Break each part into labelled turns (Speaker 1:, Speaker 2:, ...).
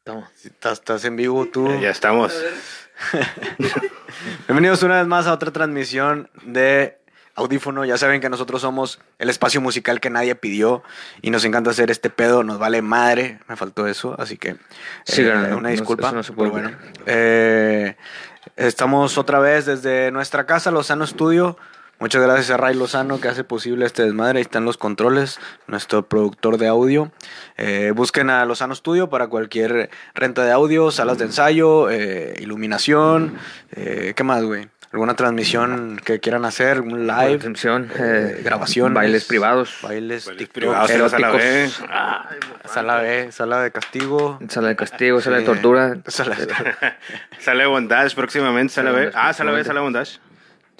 Speaker 1: Estamos. Estás, estás en vivo tú.
Speaker 2: Ya, ya estamos.
Speaker 1: Bienvenidos una vez más a otra transmisión de Audífono. Ya saben que nosotros somos el espacio musical que nadie pidió y nos encanta hacer este pedo. Nos vale madre. Me faltó eso, así que eh,
Speaker 2: Sí, claro, no,
Speaker 1: una
Speaker 2: no,
Speaker 1: disculpa.
Speaker 2: eso no se puede
Speaker 1: pero
Speaker 2: olvidar.
Speaker 1: Eh, estamos otra vez desde nuestra casa, Lozano Studio. Muchas gracias a Ray Lozano que hace posible este desmadre. Ahí están los controles, nuestro productor de audio. Eh, busquen a Lozano Studio para cualquier renta de audio, salas de ensayo, eh, iluminación. eh, ¿Qué más, güey? ¿Alguna transmisión que quieran hacer? ¿Un live?
Speaker 2: Transmisión,
Speaker 1: eh,
Speaker 2: eh,
Speaker 1: grabaciones.
Speaker 2: bailes privados.
Speaker 1: Bailes,
Speaker 3: Bailes
Speaker 1: TikTok,
Speaker 3: privados en la
Speaker 1: eróticos.
Speaker 3: sala B.
Speaker 1: Sala B, sala de castigo.
Speaker 2: Sala de castigo, sala de
Speaker 1: Eh,
Speaker 2: tortura.
Speaker 1: sala-
Speaker 3: Sala de bondage próximamente, sala B. Ah, sala B, sala de bondage.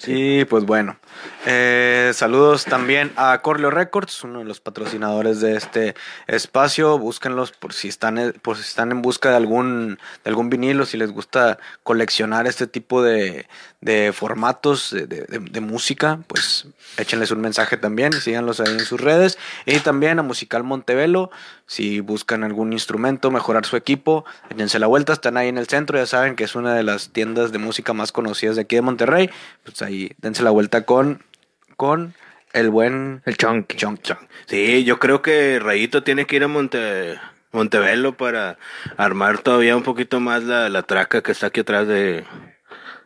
Speaker 1: Y pues bueno, eh, saludos también a Corleo Records, uno de los patrocinadores de este espacio. Búsquenlos por si están, eh, por si están en busca de algún, de algún vinilo, si les gusta coleccionar este tipo de, de formatos de, de- de- de música, pues échenles un mensaje también, síganlos ahí en sus redes. Y también a Musical Montevelo, si buscan algún instrumento, mejorar su equipo, échense la vuelta, están ahí en el centro, ya saben que es una de las tiendas de música más conocidas de aquí de Monterrey, pues ahí dense la vuelta con, con el buen
Speaker 2: El chunky.
Speaker 1: Chonky.
Speaker 3: Sí, yo creo que Rayito tiene que ir a Monte, Montevelo para armar todavía un poquito más la, la traca que está aquí atrás de...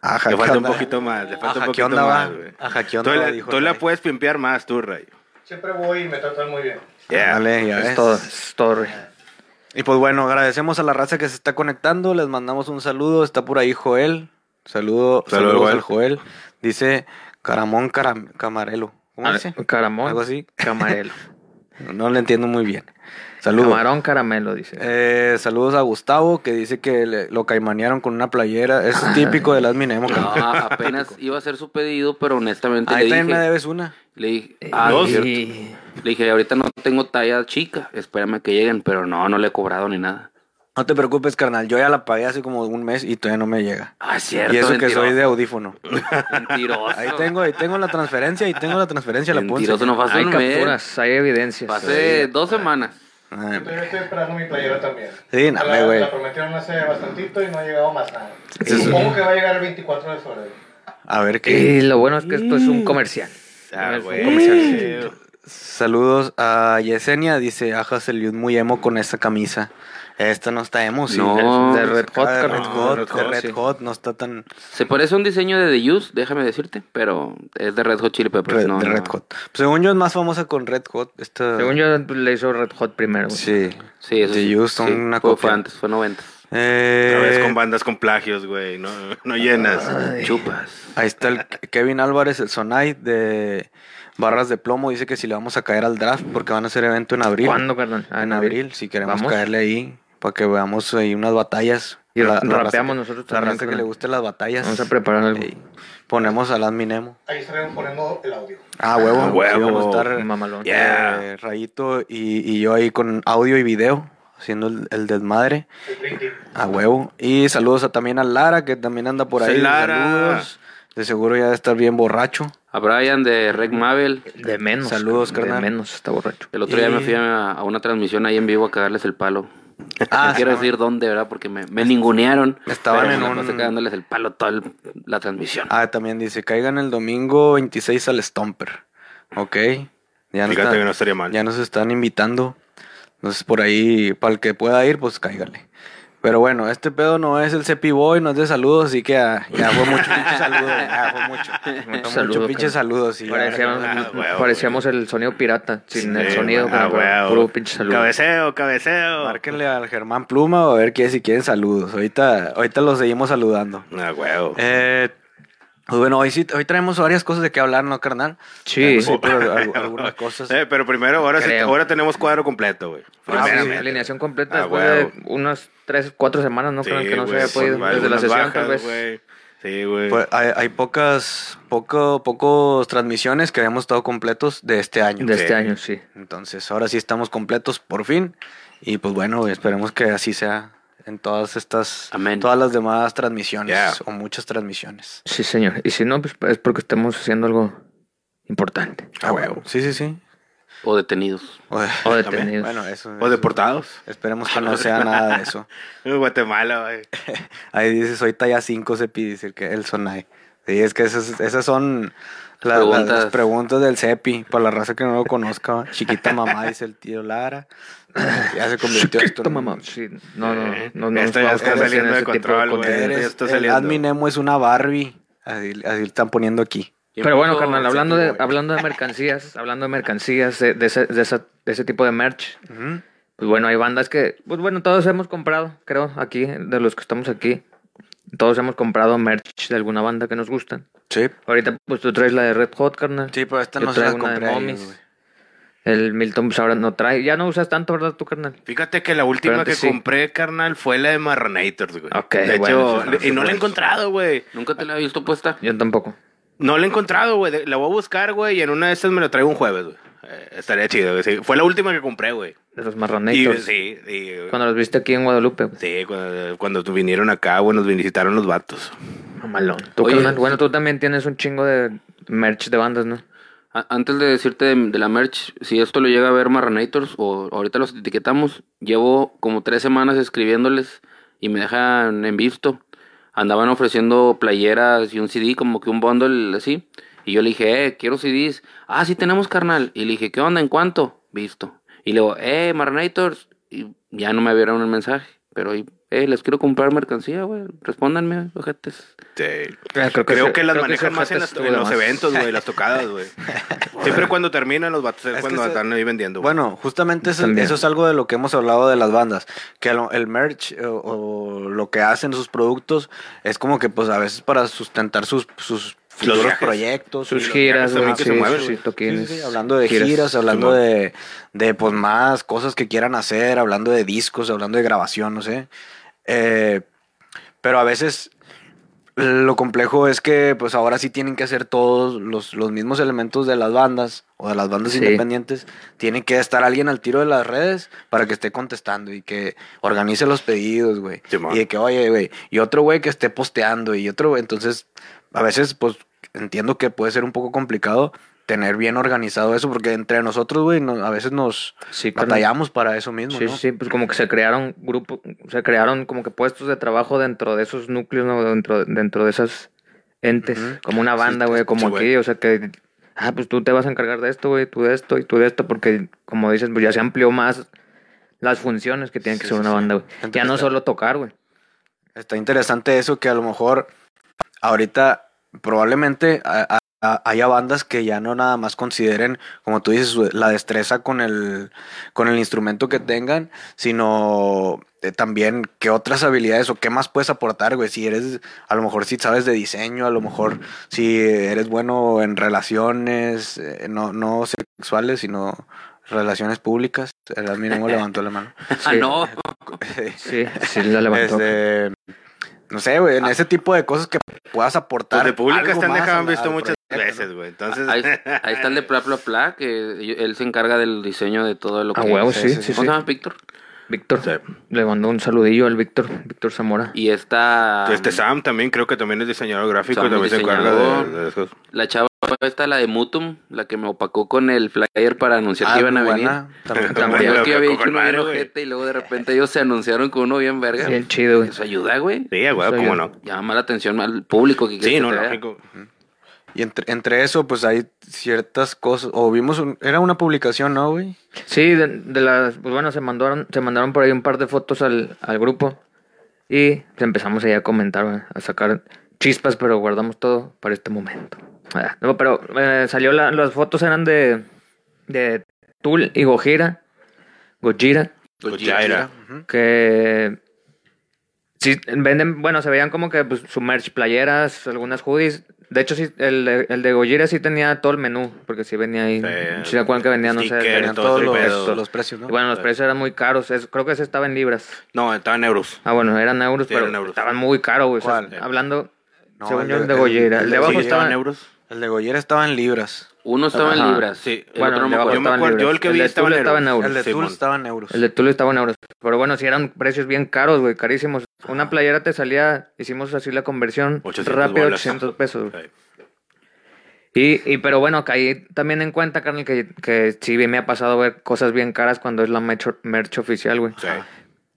Speaker 1: Ajá,
Speaker 3: Le
Speaker 1: ¿qué
Speaker 3: falta un
Speaker 1: onda?
Speaker 3: poquito más, le falta
Speaker 1: Ajá,
Speaker 3: un
Speaker 1: ¿qué
Speaker 3: poquito
Speaker 1: onda,
Speaker 3: más,
Speaker 1: va?
Speaker 3: güey.
Speaker 1: Ajá, ¿qué
Speaker 3: Tú,
Speaker 1: onda,
Speaker 3: la,
Speaker 1: dijo
Speaker 3: tú la
Speaker 1: Ray.
Speaker 3: puedes pimpear más, tú, Rayo.
Speaker 4: Siempre voy y me tratan muy bien.
Speaker 3: Yeah.
Speaker 1: Vale, ya
Speaker 2: Es
Speaker 1: ves.
Speaker 2: todo, es todo. güey.
Speaker 1: Y pues bueno, agradecemos a la raza que se está conectando, les mandamos un saludo, está por ahí Joel. Saludo,
Speaker 3: Saludo,
Speaker 1: saludos
Speaker 3: Joel.
Speaker 1: al Joel. Dice Caramón Caram- Camarelo. ¿Cómo dice?
Speaker 2: Ah, Caramón.
Speaker 1: Algo así.
Speaker 2: Camarelo.
Speaker 1: No le entiendo muy bien. Saludos.
Speaker 2: Camarón caramelo, dice.
Speaker 1: Eh, saludos a Gustavo que dice que le- lo caimanearon con una playera. Es típico de las Minemo.
Speaker 5: No,
Speaker 1: cabrón.
Speaker 5: a- apenas iba a hacer su pedido, pero honestamente
Speaker 1: Ahí
Speaker 5: le
Speaker 1: también
Speaker 5: dije,
Speaker 1: me debes una.
Speaker 5: le dije,
Speaker 2: Eh,
Speaker 5: ah,
Speaker 3: no,
Speaker 5: sí,
Speaker 3: cierto.
Speaker 2: y-
Speaker 5: le dije, ahorita no tengo talla chica, espérame que lleguen, pero no, no le he cobrado ni nada.
Speaker 1: No te preocupes, carnal. Yo ya la pagué hace como un mes y todavía no me llega.
Speaker 5: Ah, cierto,
Speaker 1: y eso que
Speaker 5: mentiroso,
Speaker 1: soy de audífono.
Speaker 5: mentiroso.
Speaker 1: Ahí tengo, ahí tengo la transferencia, ahí tengo la transferencia, la puedo
Speaker 5: Mentiroso, no
Speaker 1: enseñar.
Speaker 5: pasó
Speaker 2: Hay
Speaker 5: un mes,
Speaker 2: capturas, hay evidencias.
Speaker 5: pasé dos semanas.
Speaker 1: Ah,
Speaker 4: Yo también estoy esperando mi playera también.
Speaker 1: Sí, no,
Speaker 4: la,
Speaker 1: güey.
Speaker 4: la prometieron hace bastantito y no ha llegado más nada.
Speaker 1: Sí,
Speaker 4: Supongo que va a llegar el 24 de febrero.
Speaker 1: A ver qué.
Speaker 2: Y lo bueno es que esto es un comercial.
Speaker 3: Ah,
Speaker 1: Pues,
Speaker 2: Es un
Speaker 3: güey.
Speaker 2: comercial.
Speaker 1: Saludos a Yesenia, dice Aja se lió muy emo con esa camisa. Esta no está emo, sí.
Speaker 5: No.
Speaker 2: De Red Hot,
Speaker 1: Ah, de Red
Speaker 2: carnal.
Speaker 1: Hot,
Speaker 3: Red
Speaker 1: de
Speaker 3: Hot,
Speaker 1: Red
Speaker 2: sí.
Speaker 1: Hot, no está tan
Speaker 5: Se parece a un diseño de The Use, déjame decirte, pero es de Red Hot Chili Peppers.
Speaker 2: Pues
Speaker 1: Red,
Speaker 5: no,
Speaker 1: de
Speaker 5: no.
Speaker 1: Red Hot. Según yo es más famosa con Red Hot. Esta...
Speaker 2: Según yo, le hizo Red Hot primero. güey.
Speaker 1: Sí.
Speaker 5: Sí, eso
Speaker 1: The
Speaker 5: sí,
Speaker 1: Used son
Speaker 5: sí,
Speaker 1: una
Speaker 5: fue,
Speaker 1: copia.
Speaker 5: fue antes, fue 90.
Speaker 1: Eh, Ah,
Speaker 3: Otra vez con bandas con plagios, güey. No, no llenas.
Speaker 1: Eh.
Speaker 2: Ay.
Speaker 5: Chupas.
Speaker 1: ahí está el Kevin Álvarez, el Sonai de Barras de Plomo. Dice que si le vamos a caer al draft porque van a hacer evento en abril.
Speaker 2: ¿Cuándo, carnal? Ah,
Speaker 1: En abril, si queremos
Speaker 2: Vamos.
Speaker 1: caerle ahí para que veamos ahí unas batallas.
Speaker 2: Y ra-
Speaker 1: raza
Speaker 2: rapeamos
Speaker 1: que-
Speaker 2: nosotros
Speaker 1: La
Speaker 2: también,
Speaker 1: raza que
Speaker 2: carnal.
Speaker 1: le guste las batallas.
Speaker 2: Vamos a preparar algo.
Speaker 1: Ey, ponemos a las Minemo.
Speaker 4: Ahí estaremos poniendo el audio.
Speaker 1: Ah, huevo.
Speaker 3: Ah,
Speaker 1: sí,
Speaker 3: huevo.
Speaker 1: vamos a estar
Speaker 2: Mamalón.
Speaker 3: Yeah.
Speaker 1: eh, Rayito y, y yo ahí con audio y video haciendo el- el desmadre.
Speaker 4: El Dream Team.
Speaker 1: A huevo. Y saludos a- también a Lara, que también anda por
Speaker 3: Sí,
Speaker 1: ahí.
Speaker 3: Lara.
Speaker 1: Saludos. De seguro ya debe estar bien borracho.
Speaker 5: A Brian de Reg Mabel,
Speaker 2: De menos.
Speaker 1: Saludos,
Speaker 2: carnal,
Speaker 1: carnal.
Speaker 2: De menos, está borracho.
Speaker 5: El otro día
Speaker 1: Y-
Speaker 5: me fui a, a una transmisión ahí en vivo a cagarles el palo.
Speaker 1: Ah,
Speaker 5: no quiero
Speaker 1: Simón.
Speaker 5: decir dónde, ¿verdad? Porque me, me ningunearon.
Speaker 1: Estaban
Speaker 5: pero
Speaker 1: en
Speaker 5: me la
Speaker 1: un-
Speaker 5: pasé cagándoles el palo toda el- la transmisión.
Speaker 1: Ah, también dice, caigan el domingo 26 al Stomper. Ok. Ya nos,
Speaker 3: Fíjate
Speaker 1: está-
Speaker 3: que no estaría mal.
Speaker 1: ya nos están invitando. Entonces por ahí, para el que pueda ir, pues cáigale. Pero bueno, este pedo no es el Cepi Boy, no es de saludos, así que ah, ya fue mucho pinche saludo. Ya fue mucho. Mucho
Speaker 2: saludo,
Speaker 1: pinche
Speaker 2: carnal.
Speaker 1: saludo, sí. ya.
Speaker 2: Parecíamos, mm,
Speaker 3: Ah, huevo,
Speaker 2: parecíamos el sonido pirata, sin
Speaker 3: Sí,
Speaker 2: el sonido,
Speaker 3: ah,
Speaker 2: carnal,
Speaker 3: huevo.
Speaker 2: puro pinche saludo.
Speaker 3: Cabeceo, cabeceo.
Speaker 1: Márquenle al Germán Pluma o a ver qué, si quieren saludos. Ahorita, ahorita los seguimos saludando.
Speaker 3: Ah, huevo.
Speaker 1: Eh, pues bueno, hoy sí, hoy traemos varias cosas de qué hablar, ¿no, carnal?
Speaker 2: Sí.
Speaker 1: Sí, pero al- algunas cosas.
Speaker 3: Eh, pero primero, ahora, sí-
Speaker 2: Creo.
Speaker 3: ahora tenemos cuadro completo, güey.
Speaker 2: Ah, sí,
Speaker 3: Primeramente.
Speaker 2: alineación completa
Speaker 3: Ah,
Speaker 2: después
Speaker 3: huevo.
Speaker 2: de unas 3, 4 semanas, ¿no?
Speaker 3: Sí,
Speaker 2: Creo que no
Speaker 3: güey,
Speaker 2: se había podido.
Speaker 3: con
Speaker 2: Desde la
Speaker 3: algunas
Speaker 2: sesión,
Speaker 3: bajas,
Speaker 2: tal vez.
Speaker 3: güey. Sí, güey.
Speaker 1: Pues hay, hay pocas, poco, pocos transmisiones que habíamos estado completos de este año.
Speaker 2: De
Speaker 3: Sí.
Speaker 2: este año, sí.
Speaker 1: Entonces, ahora sí estamos completos por fin. Y pues bueno, esperemos que así sea en todas estas,
Speaker 5: Amén.
Speaker 1: todas las demás transmisiones
Speaker 3: Yeah.
Speaker 1: o muchas transmisiones.
Speaker 2: Sí, señor. Y si no, pues es porque estamos haciendo algo importante.
Speaker 1: Ah, huevo. Sí, sí, sí.
Speaker 5: O detenidos.
Speaker 1: O, de-
Speaker 2: O
Speaker 3: También,
Speaker 2: detenidos.
Speaker 1: bueno, eso.
Speaker 3: O
Speaker 1: eso-
Speaker 3: deportados.
Speaker 1: Esperemos que no sea nada de eso.
Speaker 3: En Uh, Guatemala, güey.
Speaker 1: Ahí dice, soy talla 5, Cepi, dice que el Sonai. Sí, es que esas, esas son la- la-
Speaker 5: Preguntas.
Speaker 1: las preguntas del Cepi, para la raza que no lo conozca. va. Chiquita mamá, dice el tío Lara. Ya se convirtió esto en-
Speaker 2: mamá. Sí, no, no,
Speaker 3: Eh,
Speaker 2: no, no.
Speaker 3: esto ya
Speaker 2: nos vamos
Speaker 3: está
Speaker 2: a meter en
Speaker 3: saliendo de
Speaker 2: ese tipo
Speaker 3: control, güey.
Speaker 2: contenido.
Speaker 1: Eres-
Speaker 3: ya está
Speaker 1: el
Speaker 3: saliendo.
Speaker 1: admin emo es una Barbie. Así, así están poniendo aquí.
Speaker 2: Pero bueno, carnal, hablando de,
Speaker 1: güey.
Speaker 2: hablando de mercancías, hablando de mercancías, de, de ese, de esa- de ese tipo de merch,
Speaker 1: Ujú.
Speaker 2: pues bueno, hay bandas que, pues bueno, todos hemos comprado, creo, aquí, de los que estamos aquí, todos hemos comprado merch de alguna banda que nos gusta.
Speaker 1: Sí.
Speaker 2: Ahorita, pues tú traes la de Red Hot, carnal.
Speaker 1: Sí, pero esta
Speaker 2: Yo
Speaker 1: no se la
Speaker 2: traigo una de
Speaker 1: compré. a ellos,
Speaker 2: Momis.
Speaker 1: güey.
Speaker 2: El Milton, pues ahora no trae. Ya no usas tanto, ¿verdad, tú, carnal?
Speaker 3: Fíjate que la última
Speaker 2: antes
Speaker 3: que
Speaker 2: sí.
Speaker 3: compré, carnal, fue la de Marranators, güey.
Speaker 2: Ok,
Speaker 3: de
Speaker 2: bueno,
Speaker 3: hecho,
Speaker 2: sí, sí,
Speaker 3: y no la he
Speaker 2: sí.
Speaker 3: encontrado, güey.
Speaker 5: Nunca te la he visto puesta.
Speaker 2: Yo tampoco.
Speaker 3: No la he encontrado, güey. La voy a buscar, güey, y en una de estas me la traigo un jueves, güey. Eh, estaría chido, güey. sí. Fue la última que compré, güey.
Speaker 2: De los
Speaker 3: Y,
Speaker 2: marronitos.
Speaker 3: sí, y-
Speaker 2: Cuando los viste aquí en Guadalupe. güey.
Speaker 3: sí, cuando, cuando vinieron acá, güey, nos visitaron los vatos.
Speaker 2: Mamalón. Tú,
Speaker 5: Oye,
Speaker 2: carnal, bueno, tú también tienes un chingo de merch de bandas, ¿no?
Speaker 5: A- Antes de decirte de, de la merch, si esto lo llega a ver Marranators o ahorita los etiquetamos, llevo como tres semanas escribiéndoles y me dejan en visto. Andaban ofreciendo playeras y un CD, como que un bundle así. Y yo le dije, eh, quiero CDs. Ah, sí tenemos, carnal. Y le dije, ¿qué onda? ¿En cuánto? Visto. Y luego, eh, Marranators. Y ya no me vieron el mensaje. Pero ahí, eh, les quiero comprar mercancía, güey. Respóndanme, ojetes.
Speaker 3: Sí.
Speaker 2: Creo
Speaker 3: Este, Pues, Creo
Speaker 2: ese-
Speaker 3: que las
Speaker 2: creo
Speaker 3: manejan
Speaker 2: ese
Speaker 3: más en,
Speaker 2: objeto
Speaker 3: las-
Speaker 2: estuvo
Speaker 3: en
Speaker 2: de
Speaker 3: los
Speaker 2: más.
Speaker 3: eventos, güey, las tocadas, güey. Siempre cuando terminan los vatos, es,
Speaker 1: que
Speaker 3: cuando
Speaker 1: se-
Speaker 3: están ahí vendiendo. güey.
Speaker 1: Bueno, justamente eso,
Speaker 2: También.
Speaker 1: eso es algo de lo que hemos hablado de las bandas, que lo- el merch eh, o, o lo que hacen sus productos es como que pues a veces para sustentar sus, sus futuros
Speaker 3: viajes.
Speaker 1: proyectos.
Speaker 2: Sus
Speaker 1: y-
Speaker 2: giras,
Speaker 3: también
Speaker 2: güey,
Speaker 3: que
Speaker 2: sí,
Speaker 3: se mueven,
Speaker 2: sí,
Speaker 3: güey.
Speaker 2: sí,
Speaker 1: Sí,
Speaker 2: toquines,
Speaker 1: sí, sí, hablando de giras, hablando
Speaker 3: Simón.
Speaker 1: de, de pues más cosas que quieran hacer, hablando de discos, hablando de grabación, no sé. Eh, pero a veces lo complejo es que pues ahora sí tienen que hacer todos los, los mismos elementos de las bandas o de las bandas
Speaker 2: Sí.
Speaker 1: independientes. Tiene que estar alguien al tiro de las redes para que esté contestando y que organice los pedidos, güey.
Speaker 3: Simón.
Speaker 1: y de que, oye, güey, y otro güey que esté posteando y otro, güey. entonces a veces pues entiendo que puede ser un poco complicado tener bien organizado eso porque entre nosotros, güey, no- a veces nos
Speaker 2: Sí, carnal.
Speaker 1: batallamos para eso mismo,
Speaker 2: Sí,
Speaker 1: ¿no?
Speaker 2: sí, pues como que se crearon grupos, se crearon como que puestos de trabajo dentro de esos núcleos, ¿no? dentro, dentro de esas entes,
Speaker 1: Ujú.
Speaker 2: como una banda, güey, como
Speaker 3: sí, güey.
Speaker 2: aquí, o sea que, ah, pues tú te vas a encargar de esto, güey, tú de esto y tú de esto, porque como dices, pues ya se amplió más las funciones que tiene que
Speaker 1: Sí,
Speaker 2: ser
Speaker 1: sí,
Speaker 2: una
Speaker 1: sí.
Speaker 2: banda, güey.
Speaker 1: Gente
Speaker 2: Ya
Speaker 1: que
Speaker 2: no
Speaker 1: está-
Speaker 2: solo tocar, güey.
Speaker 1: Está interesante eso que a lo mejor ahorita probablemente a- a- a- haya bandas que ya no nada más consideren, como tú dices, su- la destreza con el, con el instrumento que tengan, sino eh, también qué otras habilidades o qué más puedes aportar, güey. Si eres, a lo mejor si sabes de diseño, a lo mejor si eres bueno en relaciones, eh, no, no sexuales, sino relaciones públicas. El admin levantó la mano.
Speaker 5: Ah,
Speaker 2: Sí,
Speaker 5: no.
Speaker 2: Sí, sí, la levantó. Ah.
Speaker 1: Este, no sé, güey, en ese tipo de cosas que puedas aportar.
Speaker 3: Los Pues de pública
Speaker 1: algo
Speaker 3: están
Speaker 1: más
Speaker 3: dejando
Speaker 1: al-
Speaker 3: visto
Speaker 1: al
Speaker 3: muchas
Speaker 1: proyecto,
Speaker 3: veces,
Speaker 1: ¿no?
Speaker 3: güey. Entonces,
Speaker 5: Ahí, ahí está el de Pla Pla Pla, que él se encarga del diseño de todo lo que...
Speaker 2: A Ah, huevo, sí,
Speaker 1: sí,
Speaker 2: sí,
Speaker 1: sí,
Speaker 5: ¿Cómo
Speaker 2: sí.
Speaker 5: se llama, Víctor?
Speaker 2: Víctor,
Speaker 3: Sí.
Speaker 2: le mandó un saludillo al Víctor, Víctor Zamora.
Speaker 5: Y esta...
Speaker 3: este Sam también creo que también es diseñador gráfico,
Speaker 5: Sam es
Speaker 3: también se encarga
Speaker 5: diseñador.
Speaker 3: de, de esas-
Speaker 5: La chava esta, la de Mutum, la que me opacó con el flyer para anunciar
Speaker 2: Ah,
Speaker 5: que iban a
Speaker 1: muy
Speaker 5: venir.
Speaker 1: buena, también.
Speaker 5: También
Speaker 3: Bueno,
Speaker 5: que yo había
Speaker 3: con
Speaker 5: hecho uno
Speaker 3: madre,
Speaker 5: bien
Speaker 3: güey.
Speaker 5: ojete y luego de repente ellos se anunciaron con uno bien verga.
Speaker 2: Bien chido, güey.
Speaker 5: Eso ayuda, güey.
Speaker 3: Sí, güey,
Speaker 2: Soy
Speaker 3: cómo
Speaker 2: yo.
Speaker 3: no.
Speaker 5: Llama la atención al público que quiere
Speaker 3: Sí, no,
Speaker 5: que te vea.
Speaker 3: lógico.
Speaker 1: Y entre, entre eso, pues hay ciertas cosas. O vimos, un- era una publicación, ¿no, güey?
Speaker 2: Sí, de, de las, pues bueno, se mandaron, se mandaron por ahí un par de fotos al, al grupo y pues, empezamos ahí a comentar, güey, a sacar chispas, pero guardamos todo para este momento. Ah, No, pero eh, salió la- las fotos eran de, de Tul y Gojira, Gojira,
Speaker 3: Pues Gojira.
Speaker 1: Ujú.
Speaker 2: que sí venden, bueno, se veían como que pues, su merch, playeras, algunas hoodies. De hecho, sí, el, de- el de Gojira sí tenía todo el menú, porque sí venía ahí.
Speaker 3: Sí,
Speaker 2: Sí, se acuerdan que venía, no sé,
Speaker 3: sticker,
Speaker 2: venía
Speaker 1: Eran
Speaker 3: todo
Speaker 1: todos
Speaker 3: ese
Speaker 1: los,
Speaker 3: pedo.
Speaker 1: los precios, ¿no?
Speaker 2: y
Speaker 3: Eh,
Speaker 2: bueno, los precios eran muy caros. es- creo que ese estaba en libras.
Speaker 3: No, estaba en euros.
Speaker 2: Ah, bueno, eran euros,
Speaker 3: Sí,
Speaker 2: pero
Speaker 3: eran euros. Eh.
Speaker 2: estaban muy caros, güey. o sea,
Speaker 1: ¿Cuál?
Speaker 2: hablando,
Speaker 1: No,
Speaker 2: según
Speaker 1: el
Speaker 2: yo,
Speaker 1: de-
Speaker 2: el de
Speaker 1: el-
Speaker 2: Goyera. El,
Speaker 1: el
Speaker 2: de
Speaker 1: de
Speaker 2: abajo
Speaker 1: Goyera
Speaker 2: estaba
Speaker 3: en euros.
Speaker 1: El de Goyera estaba en libras.
Speaker 5: Uno estaba
Speaker 2: Ajá.
Speaker 5: en libras.
Speaker 3: Sí.
Speaker 5: el
Speaker 2: Bueno,
Speaker 5: otro no
Speaker 2: el
Speaker 5: me
Speaker 2: de abajo
Speaker 5: acuerdo.
Speaker 3: Yo me
Speaker 2: estaba en
Speaker 3: acuerdo, yo el que vi
Speaker 2: de
Speaker 3: estaba en
Speaker 2: Tula estaba en
Speaker 3: euros.
Speaker 2: euros.
Speaker 1: El de Tool
Speaker 3: Simón.
Speaker 1: estaba en euros.
Speaker 2: El de Tula estaba en euros. Pero bueno, sí eran precios bien caros, güey, carísimos.
Speaker 3: Ah.
Speaker 2: Una playera te salía, hicimos así la conversión
Speaker 3: 800
Speaker 2: rápido,
Speaker 3: bolas.
Speaker 2: 800 pesos. güey.
Speaker 3: Sí.
Speaker 2: Y, y pero bueno, caí también en cuenta, carnal, que, que sí me ha pasado ver cosas bien caras cuando es la merch, merch oficial, güey.
Speaker 3: Sí.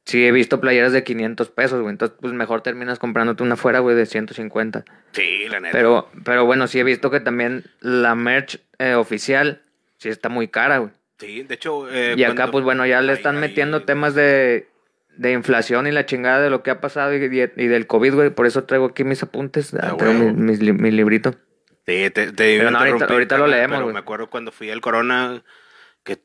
Speaker 2: Sí, he visto playeras de 500 pesos, güey. Entonces, pues mejor terminas comprándote una fuera, güey, de 150.
Speaker 3: Sí, la neta.
Speaker 2: Pero, pero bueno, sí he visto que también la merch eh, oficial sí está muy cara, güey.
Speaker 3: sí, de hecho. eh,
Speaker 2: Y acá,
Speaker 3: cuando-
Speaker 2: pues bueno, ya le
Speaker 3: ahí-
Speaker 2: están
Speaker 3: ahí-
Speaker 2: metiendo temas de, de inflación y la chingada de lo que ha pasado y, y- y del COVID, güey. Por eso traigo aquí mis apuntes. Ah,
Speaker 3: Ah,
Speaker 2: traigo mi,
Speaker 3: huevo.
Speaker 2: mis li- mi librito.
Speaker 3: Sí, te, te
Speaker 2: Pero no, ahorita-
Speaker 3: interrumpí,
Speaker 2: ahorita lo
Speaker 3: carnal,
Speaker 2: leemos,
Speaker 3: Pero
Speaker 2: güey.
Speaker 3: me acuerdo cuando fui al Corona que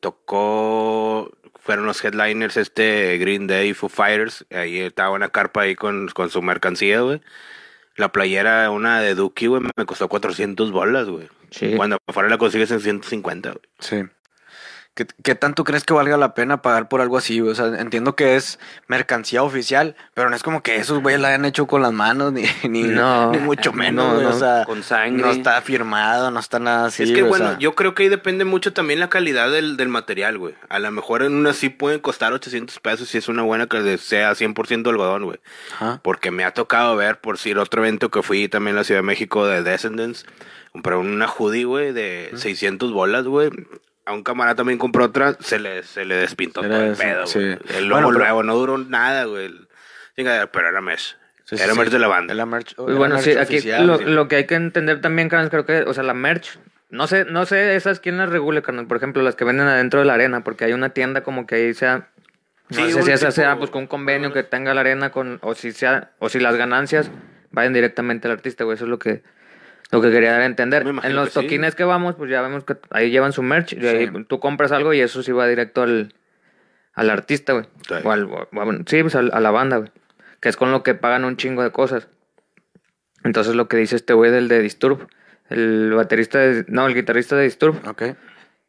Speaker 3: tocó. Fueron los headliners este Green Day Foo Fighters. Ahí estaba una carpa ahí con, con su mercancía, güey. La playera, una de Duki, güey, me costó 400 bolas, güey.
Speaker 2: Sí.
Speaker 3: Cuando afuera la consigues en 150, güey.
Speaker 1: Sí. ¿Qué, qué tanto crees que valga la pena pagar por algo así? güey? O sea, entiendo que es mercancía oficial, pero no es como que esos güeyes la hayan hecho con las manos, ni, ni,
Speaker 2: No.
Speaker 1: ni mucho menos,
Speaker 2: No,
Speaker 1: güey,
Speaker 2: no.
Speaker 1: O sea,
Speaker 5: Con sangre.
Speaker 1: no está firmado, no está nada así.
Speaker 3: es que
Speaker 1: güey, o
Speaker 3: bueno,
Speaker 1: sea.
Speaker 3: yo creo que ahí depende mucho también la calidad del, del material, güey. A lo mejor en una sí pueden costar 800 pesos si es una buena que sea 100% algodón, güey.
Speaker 1: Ajá.
Speaker 3: Porque me ha tocado ver, por si el otro evento que fui también en la Ciudad de México de Descendants, compré una hoodie, güey, de 600 bolas, güey. A un camarada también compró otra, se le, se le despintó
Speaker 1: Era
Speaker 3: todo el
Speaker 1: eso,
Speaker 3: pedo,
Speaker 1: sí.
Speaker 3: güey. El
Speaker 1: Bueno,
Speaker 3: logo
Speaker 1: pero-
Speaker 3: nuevo, no duró nada, güey. Chingadera, Pero era mesh.
Speaker 1: Sí, sí,
Speaker 3: era
Speaker 1: sí.
Speaker 3: mesh de la banda.
Speaker 1: Era merch-
Speaker 2: Pues
Speaker 1: era
Speaker 2: bueno, sí,
Speaker 1: merch
Speaker 2: aquí
Speaker 1: oficial,
Speaker 2: lo,
Speaker 1: sí.
Speaker 2: lo que hay que entender también, carnal, creo que, o sea, la merch, no sé, no sé esas quién las regule, carnal, por ejemplo, las que venden adentro de la arena, porque hay una tienda como que ahí sea, no
Speaker 3: Sí,
Speaker 2: sé
Speaker 3: un
Speaker 2: si esa
Speaker 3: tipo-
Speaker 2: sea pues con un convenio que tenga la arena con, o si sea, o si las ganancias vayan directamente al artista, güey, eso es lo que, lo que quería dar a entender.
Speaker 3: Me imagino
Speaker 2: En los
Speaker 3: que sí.
Speaker 2: toquines que vamos, pues ya vemos que ahí llevan su merch, y ahí pues,
Speaker 1: Sí.
Speaker 2: tú compras algo y eso sí va directo al, al artista, güey.
Speaker 3: Sí.
Speaker 2: O al- o- bueno, sí, pues al- a la banda, güey. Que es con lo que pagan un chingo de cosas. Entonces lo que dice este güey del de Disturb, el baterista, de- no, el guitarrista de Disturb,
Speaker 1: Ok.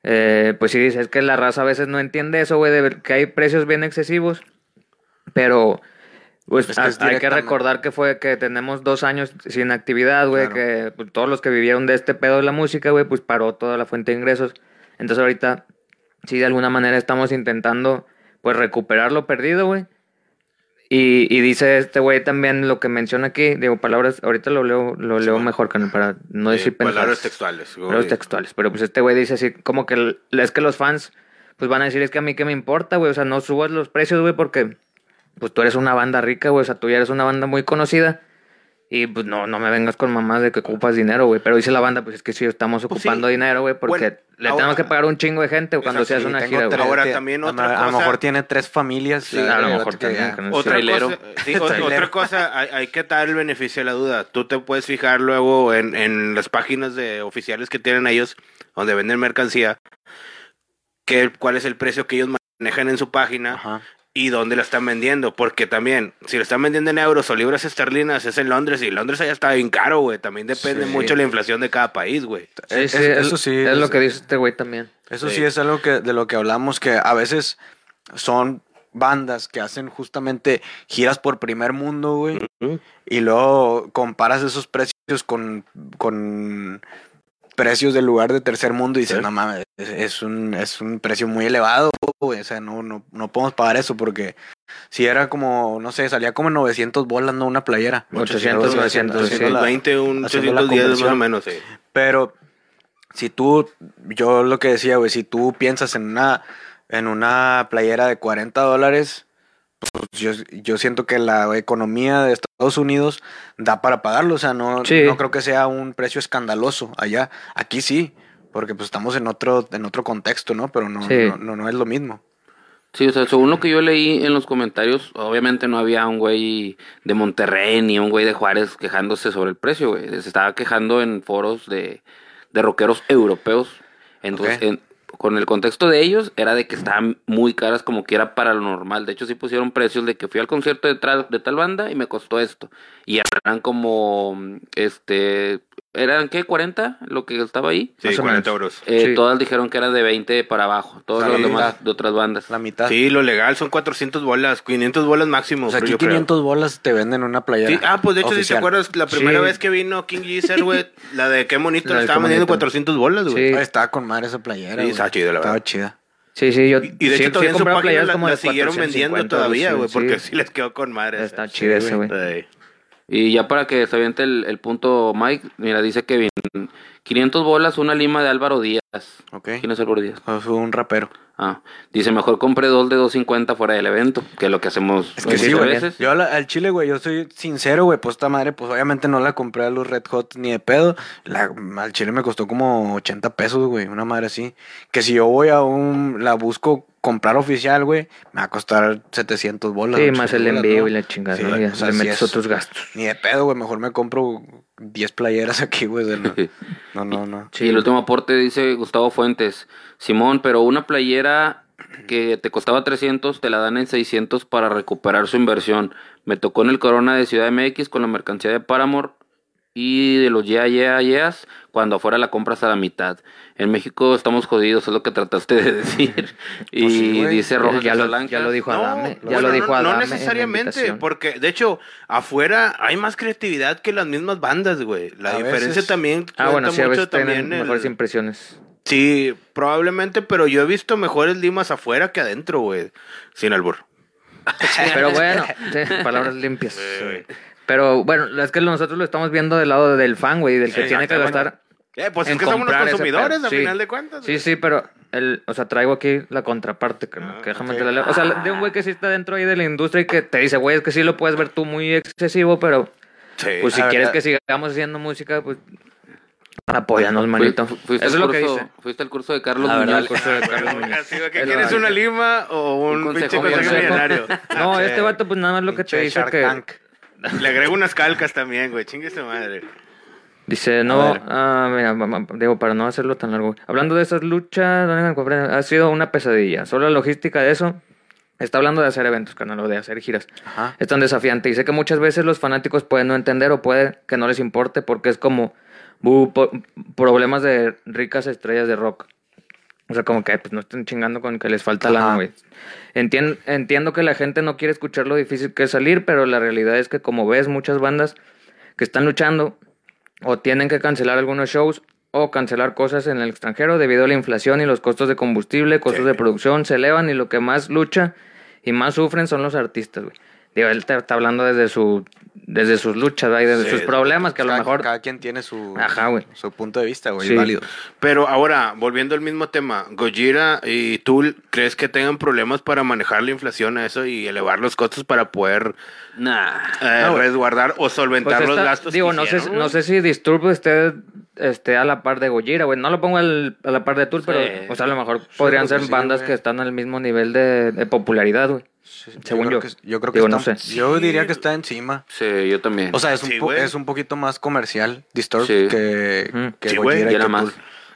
Speaker 2: eh, pues sí dice, es que la raza a veces no entiende eso, güey, de ver que hay precios bien excesivos, pero pues
Speaker 1: Es que
Speaker 2: ha-
Speaker 1: es
Speaker 2: hay que
Speaker 1: directamente-
Speaker 2: recordar que fue que tenemos dos años sin actividad, güey, que pues, todos los que vivieron de este pedo de la música, güey, pues paró toda la fuente de ingresos. Entonces ahorita, sí, de alguna manera estamos intentando, pues, recuperar lo perdido, güey. Y, y dice este güey también lo que menciona aquí, digo, palabras, ahorita lo leo, lo leo mejor, carnal, para no
Speaker 3: Eh,
Speaker 2: decir
Speaker 3: palabras
Speaker 2: pendejadas.
Speaker 3: textuales. güey.
Speaker 2: Los textuales. Pero pues este güey dice así, como que el- es que los fans, pues van a decir, es que a mí qué me importa, güey. O sea, no subas los precios, güey, porque pues tú eres una banda rica, güey. O sea, tú ya eres una banda muy conocida. Y pues no, no me vengas con mamás de que ocupas dinero, güey. Pero dice la banda, pues es que sí, estamos
Speaker 3: Pues,
Speaker 2: ocupando
Speaker 3: sí.
Speaker 2: dinero, güey, porque
Speaker 3: Bueno,
Speaker 2: le
Speaker 3: ahora-
Speaker 2: tenemos que pagar un chingo de gente cuando
Speaker 3: Exacto,
Speaker 2: se hace
Speaker 1: Sí,
Speaker 2: una
Speaker 1: tengo
Speaker 2: gira,
Speaker 1: tres-
Speaker 2: güey.
Speaker 3: Ahora
Speaker 1: te-
Speaker 3: también
Speaker 1: a-
Speaker 3: otra
Speaker 1: A lo
Speaker 3: cosa-
Speaker 1: mejor tiene tres familias.
Speaker 3: Sí,
Speaker 1: eh,
Speaker 2: a lo
Speaker 1: güey,
Speaker 2: mejor
Speaker 1: que
Speaker 2: también,
Speaker 1: ya-
Speaker 2: que no
Speaker 3: Otra
Speaker 5: Trailero.
Speaker 3: cosa, sí, o- otra cosa, hay, hay que dar el beneficio de la duda. Tú te puedes fijar luego en, en las páginas de oficiales que tienen ellos, donde venden mercancía, que, cuál es el precio que ellos manejan en su página
Speaker 1: Ajá.
Speaker 3: y dónde la están vendiendo. Porque también, si lo están vendiendo en euros o libras esterlinas, es en Londres y Londres allá está bien caro, güey. También depende
Speaker 1: Sí.
Speaker 3: mucho la inflación de cada país, güey.
Speaker 2: Sí,
Speaker 1: Es-
Speaker 2: sí,
Speaker 1: es-
Speaker 2: es-
Speaker 1: eso sí,
Speaker 2: Es
Speaker 1: es-
Speaker 2: lo que dice este güey también.
Speaker 1: Eso sí.
Speaker 3: Sí.
Speaker 1: es algo que, de lo que hablamos, que a veces son bandas que hacen justamente giras por primer mundo, güey. Y luego comparas esos precios con, con precios del lugar de tercer mundo y dices,
Speaker 3: Sí.
Speaker 1: no mames, es, es un, es un precio muy elevado, güey. O sea, no, no, no podemos pagar eso porque si era como, no sé, salía como en 900 bolas, no una playera.
Speaker 2: 800, 900, sí.
Speaker 1: Haciendo la-
Speaker 3: 820, un
Speaker 1: haciendo la
Speaker 3: 810 más o
Speaker 1: conversión.
Speaker 3: menos, sí.
Speaker 1: Pero si tú, yo lo que decía, güey, si tú piensas en una, en una playera de 40 dólares, pues yo, yo siento que la economía de Estados Unidos da para pagarlo. O sea, no,
Speaker 2: Sí.
Speaker 1: no creo que sea un precio escandaloso allá. Aquí sí, porque pues estamos en otro, en otro contexto, ¿no? Pero no,
Speaker 2: Sí.
Speaker 1: no, no, no es lo mismo.
Speaker 5: Sí, o sea, según lo que yo leí en los comentarios, obviamente no había un güey de Monterrey ni un güey de Juárez quejándose sobre el precio, güey. Se estaba quejando en foros de, de rockeros europeos. Entonces,
Speaker 1: Ok.
Speaker 5: en- con el contexto de ellos, era de que estaban muy caras como que era para lo normal. De hecho, sí pusieron precios de que fui al concierto de, tra- de tal banda y me costó esto. Y eran como, este, ¿eran qué? ¿40? Lo que estaba ahí.
Speaker 3: Sí,
Speaker 2: Más o
Speaker 3: 40
Speaker 2: menos.
Speaker 3: euros.
Speaker 5: Eh,
Speaker 2: Sí.
Speaker 5: Todas dijeron que era de 20 para abajo. Todos
Speaker 1: La
Speaker 5: los
Speaker 1: mitad.
Speaker 5: demás de otras bandas.
Speaker 1: La mitad.
Speaker 3: Sí, lo legal son 400 bolas, 500 bolas máximo.
Speaker 1: o sea,
Speaker 3: pero
Speaker 1: aquí
Speaker 3: yo creo.
Speaker 1: 500 bolas te venden una playera.
Speaker 3: Sí, ah, pues de hecho, si te
Speaker 1: oficial.
Speaker 3: acuerdas, la primera
Speaker 2: Sí.
Speaker 3: vez que vino King Gizzard, güey, la de qué monito,
Speaker 2: La
Speaker 3: le
Speaker 2: de
Speaker 3: estaban
Speaker 2: qué
Speaker 3: vendiendo
Speaker 2: monito.
Speaker 3: 400 bolas, güey.
Speaker 2: Sí.
Speaker 1: Ay, estaba con madre esa playera.
Speaker 3: Sí,
Speaker 1: güey.
Speaker 3: estaba chida, la
Speaker 1: Estaba
Speaker 3: verdad.
Speaker 1: chida.
Speaker 2: Sí, sí, yo
Speaker 3: Y de
Speaker 2: sí-
Speaker 3: hecho,
Speaker 2: sí
Speaker 3: todavía en su
Speaker 2: compraba
Speaker 3: página
Speaker 2: playeras
Speaker 3: la,
Speaker 2: como
Speaker 3: la
Speaker 2: de
Speaker 3: siguieron
Speaker 2: 450,
Speaker 3: vendiendo todavía,
Speaker 2: sí,
Speaker 3: güey,
Speaker 2: sí.
Speaker 3: porque sí les quedó con madre.
Speaker 2: Está
Speaker 3: Sí,
Speaker 2: chido ese, güey.
Speaker 3: güey.
Speaker 5: Y ya para que se aviente el, el punto, Mike, mira, dice Kevin, 500 bolas, una lima de Álvaro Díaz.
Speaker 1: Ok.
Speaker 5: ¿Quién es Álvaro Díaz?
Speaker 1: Es un rapero.
Speaker 5: Ah, dice, mejor compré dos de 250 fuera del evento, que es lo que hacemos
Speaker 2: Pues
Speaker 1: Es que sí,
Speaker 5: muchas
Speaker 1: güey.
Speaker 5: veces.
Speaker 1: Yo la- al chile, güey, yo soy sincero, güey. Pues esta madre, pues obviamente no la compré a los Red Hot ni de pedo. La, al chile me costó como 80 pesos, güey. Una madre así. Que si yo voy a un. La busco comprar oficial, güey. Me va a costar 700 bolas.
Speaker 2: Sí,
Speaker 1: 800
Speaker 2: más el
Speaker 1: bolas,
Speaker 2: envío
Speaker 1: ¿no?
Speaker 2: y la chingada.
Speaker 1: Sí,
Speaker 2: ¿no?
Speaker 1: güey,
Speaker 2: Ya
Speaker 1: o sea,
Speaker 2: le
Speaker 1: sí
Speaker 2: metes
Speaker 1: es-
Speaker 2: otros gastos.
Speaker 1: Ni de pedo, güey. Mejor me compro 10 playeras aquí, güey. o sea, no- No, no, no.
Speaker 5: Y el último aporte dice Gustavo Fuentes, Simón, pero una playera que te costaba 300, te la dan en 600 para recuperar su inversión. Me tocó en el Corona de Ciudad MX con la mercancía de Paramore y de los Ya Ya Yeahs cuando afuera la compras a la mitad. En México estamos jodidos, es lo que trataste de decir. y
Speaker 1: Pues sí, güey.
Speaker 5: dice Rojas
Speaker 2: ya, lo,
Speaker 5: Casablancas,
Speaker 2: ya lo dijo Adame.
Speaker 1: no,
Speaker 2: ya
Speaker 1: bueno,
Speaker 2: lo dijo
Speaker 3: no,
Speaker 2: Adame.
Speaker 3: No
Speaker 2: en la
Speaker 3: necesariamente,
Speaker 2: invitación.
Speaker 3: porque de hecho, afuera hay más creatividad que las mismas bandas, güey. La
Speaker 1: A
Speaker 3: diferencia
Speaker 1: veces.
Speaker 3: también.
Speaker 2: Ah, bueno,
Speaker 3: cuenta
Speaker 2: sí, a
Speaker 3: mucho
Speaker 2: veces tienen
Speaker 3: también el-
Speaker 2: mejores impresiones.
Speaker 3: Sí, probablemente, pero yo he visto mejores limas afuera que adentro, güey. Sin albur.
Speaker 2: Pero bueno, sí, palabras limpias. Pero bueno, es que nosotros lo estamos viendo del lado del fan, güey, del que tiene que
Speaker 3: Exactamente.
Speaker 2: gastar.
Speaker 3: Eh, ah, pues
Speaker 2: en
Speaker 3: es que somos los
Speaker 2: comprar ese
Speaker 3: consumidores,
Speaker 2: pedo,
Speaker 3: a
Speaker 2: sí.
Speaker 3: final de cuentas.
Speaker 2: Sí, sí, pero el, o sea, traigo aquí la contraparte,
Speaker 3: Ah,
Speaker 2: carnal, que déjame te la leo. O sea, de un güey que sí está dentro ahí de la industria y que te dice, güey, es que sí lo puedes ver tú muy excesivo, pero
Speaker 3: Sí.
Speaker 2: pues si
Speaker 1: la
Speaker 2: quieres
Speaker 1: verdad.
Speaker 2: que sigamos haciendo música, pues apóyanos, manito.
Speaker 5: Fui- fuiste
Speaker 2: Eso es
Speaker 5: al
Speaker 2: lo que
Speaker 5: curso-
Speaker 2: dice.
Speaker 5: Fuiste al curso de Carlos
Speaker 2: La verdad,
Speaker 5: Muñoz.
Speaker 2: el curso de Carlos Muñoz.
Speaker 3: Así, güey, ¿qué
Speaker 2: Es lo
Speaker 3: quieres?
Speaker 2: que-
Speaker 3: ¿Una lima o un,
Speaker 5: Un
Speaker 3: pinche
Speaker 5: consejo
Speaker 3: consejo
Speaker 5: millonario.
Speaker 3: millonario? Ah,
Speaker 2: No, este vato, pues nada más lo que te
Speaker 1: Pinche
Speaker 2: dice
Speaker 1: Shark
Speaker 2: que.
Speaker 1: Tank.
Speaker 3: Le agrego unas calcas también, güey. Chingue su madre.
Speaker 2: Dice, no, ah, mira, ma- ma- digo, para no hacerlo tan largo. Hablando de esas luchas, Daniel Cofre, ha sido una pesadilla. Solo la logística de eso. Está hablando de hacer eventos, canal, o de hacer giras.
Speaker 1: Ajá.
Speaker 2: Es tan desafiante. Y sé que muchas veces los fanáticos pueden no entender o puede que no les importe porque es como bu, po- problemas de ricas estrellas de rock. O sea, como que pues, no estén chingando con que les falta lana,
Speaker 1: Ajá.
Speaker 2: güey. Entien- entiendo que la gente no quiere escuchar lo difícil que es salir, pero la realidad es que como ves muchas bandas que están luchando o tienen que cancelar algunos shows o cancelar cosas en el extranjero debido a la inflación y los costos de combustible, costos de producción se elevan y lo que más lucha y más sufren son los artistas, güey. Digo, él te- está hablando desde su desde sus luchas, ¿verdad? Y desde
Speaker 3: Sí.
Speaker 2: sus problemas que a lo
Speaker 1: Cada-
Speaker 2: mejor
Speaker 1: Cada quien tiene su.
Speaker 2: Ajá, güey.
Speaker 1: Su punto de vista, güey.
Speaker 2: Sí.
Speaker 1: Es válido.
Speaker 3: Pero ahora, volviendo al mismo tema, Gojira y Tool, ¿crees que tengan problemas para manejar la inflación a eso y elevar los costos para poder
Speaker 5: Nah.
Speaker 3: eh,
Speaker 1: No, güey.
Speaker 3: resguardar o solventar
Speaker 2: Pues
Speaker 3: los
Speaker 2: esta-
Speaker 3: gastos?
Speaker 2: Digo,
Speaker 3: que
Speaker 2: no sé,
Speaker 3: hicieron, güey?
Speaker 2: no sé si Disturbo esté, esté a la par de Gojira, güey. No lo pongo al- a la par de Tool,
Speaker 5: Sí.
Speaker 2: pero o sea, a lo mejor podrían
Speaker 1: creo que
Speaker 2: ser
Speaker 1: sí,
Speaker 2: bandas
Speaker 1: güey.
Speaker 2: que están al mismo nivel de, de popularidad, güey. Según
Speaker 1: creo
Speaker 2: yo.
Speaker 1: que- yo creo que
Speaker 2: Digo,
Speaker 1: está-
Speaker 2: no sé.
Speaker 1: Yo diría que está encima.
Speaker 5: Sí, yo también.
Speaker 1: O sea, es un,
Speaker 3: Sí,
Speaker 1: po-
Speaker 3: güey.
Speaker 1: es un poquito más comercial, Disturbed,
Speaker 5: Sí.
Speaker 1: que,
Speaker 2: Ujú.
Speaker 1: que
Speaker 3: Sí, güey,
Speaker 1: Gojira y
Speaker 5: era
Speaker 1: que
Speaker 5: más.
Speaker 1: Tool.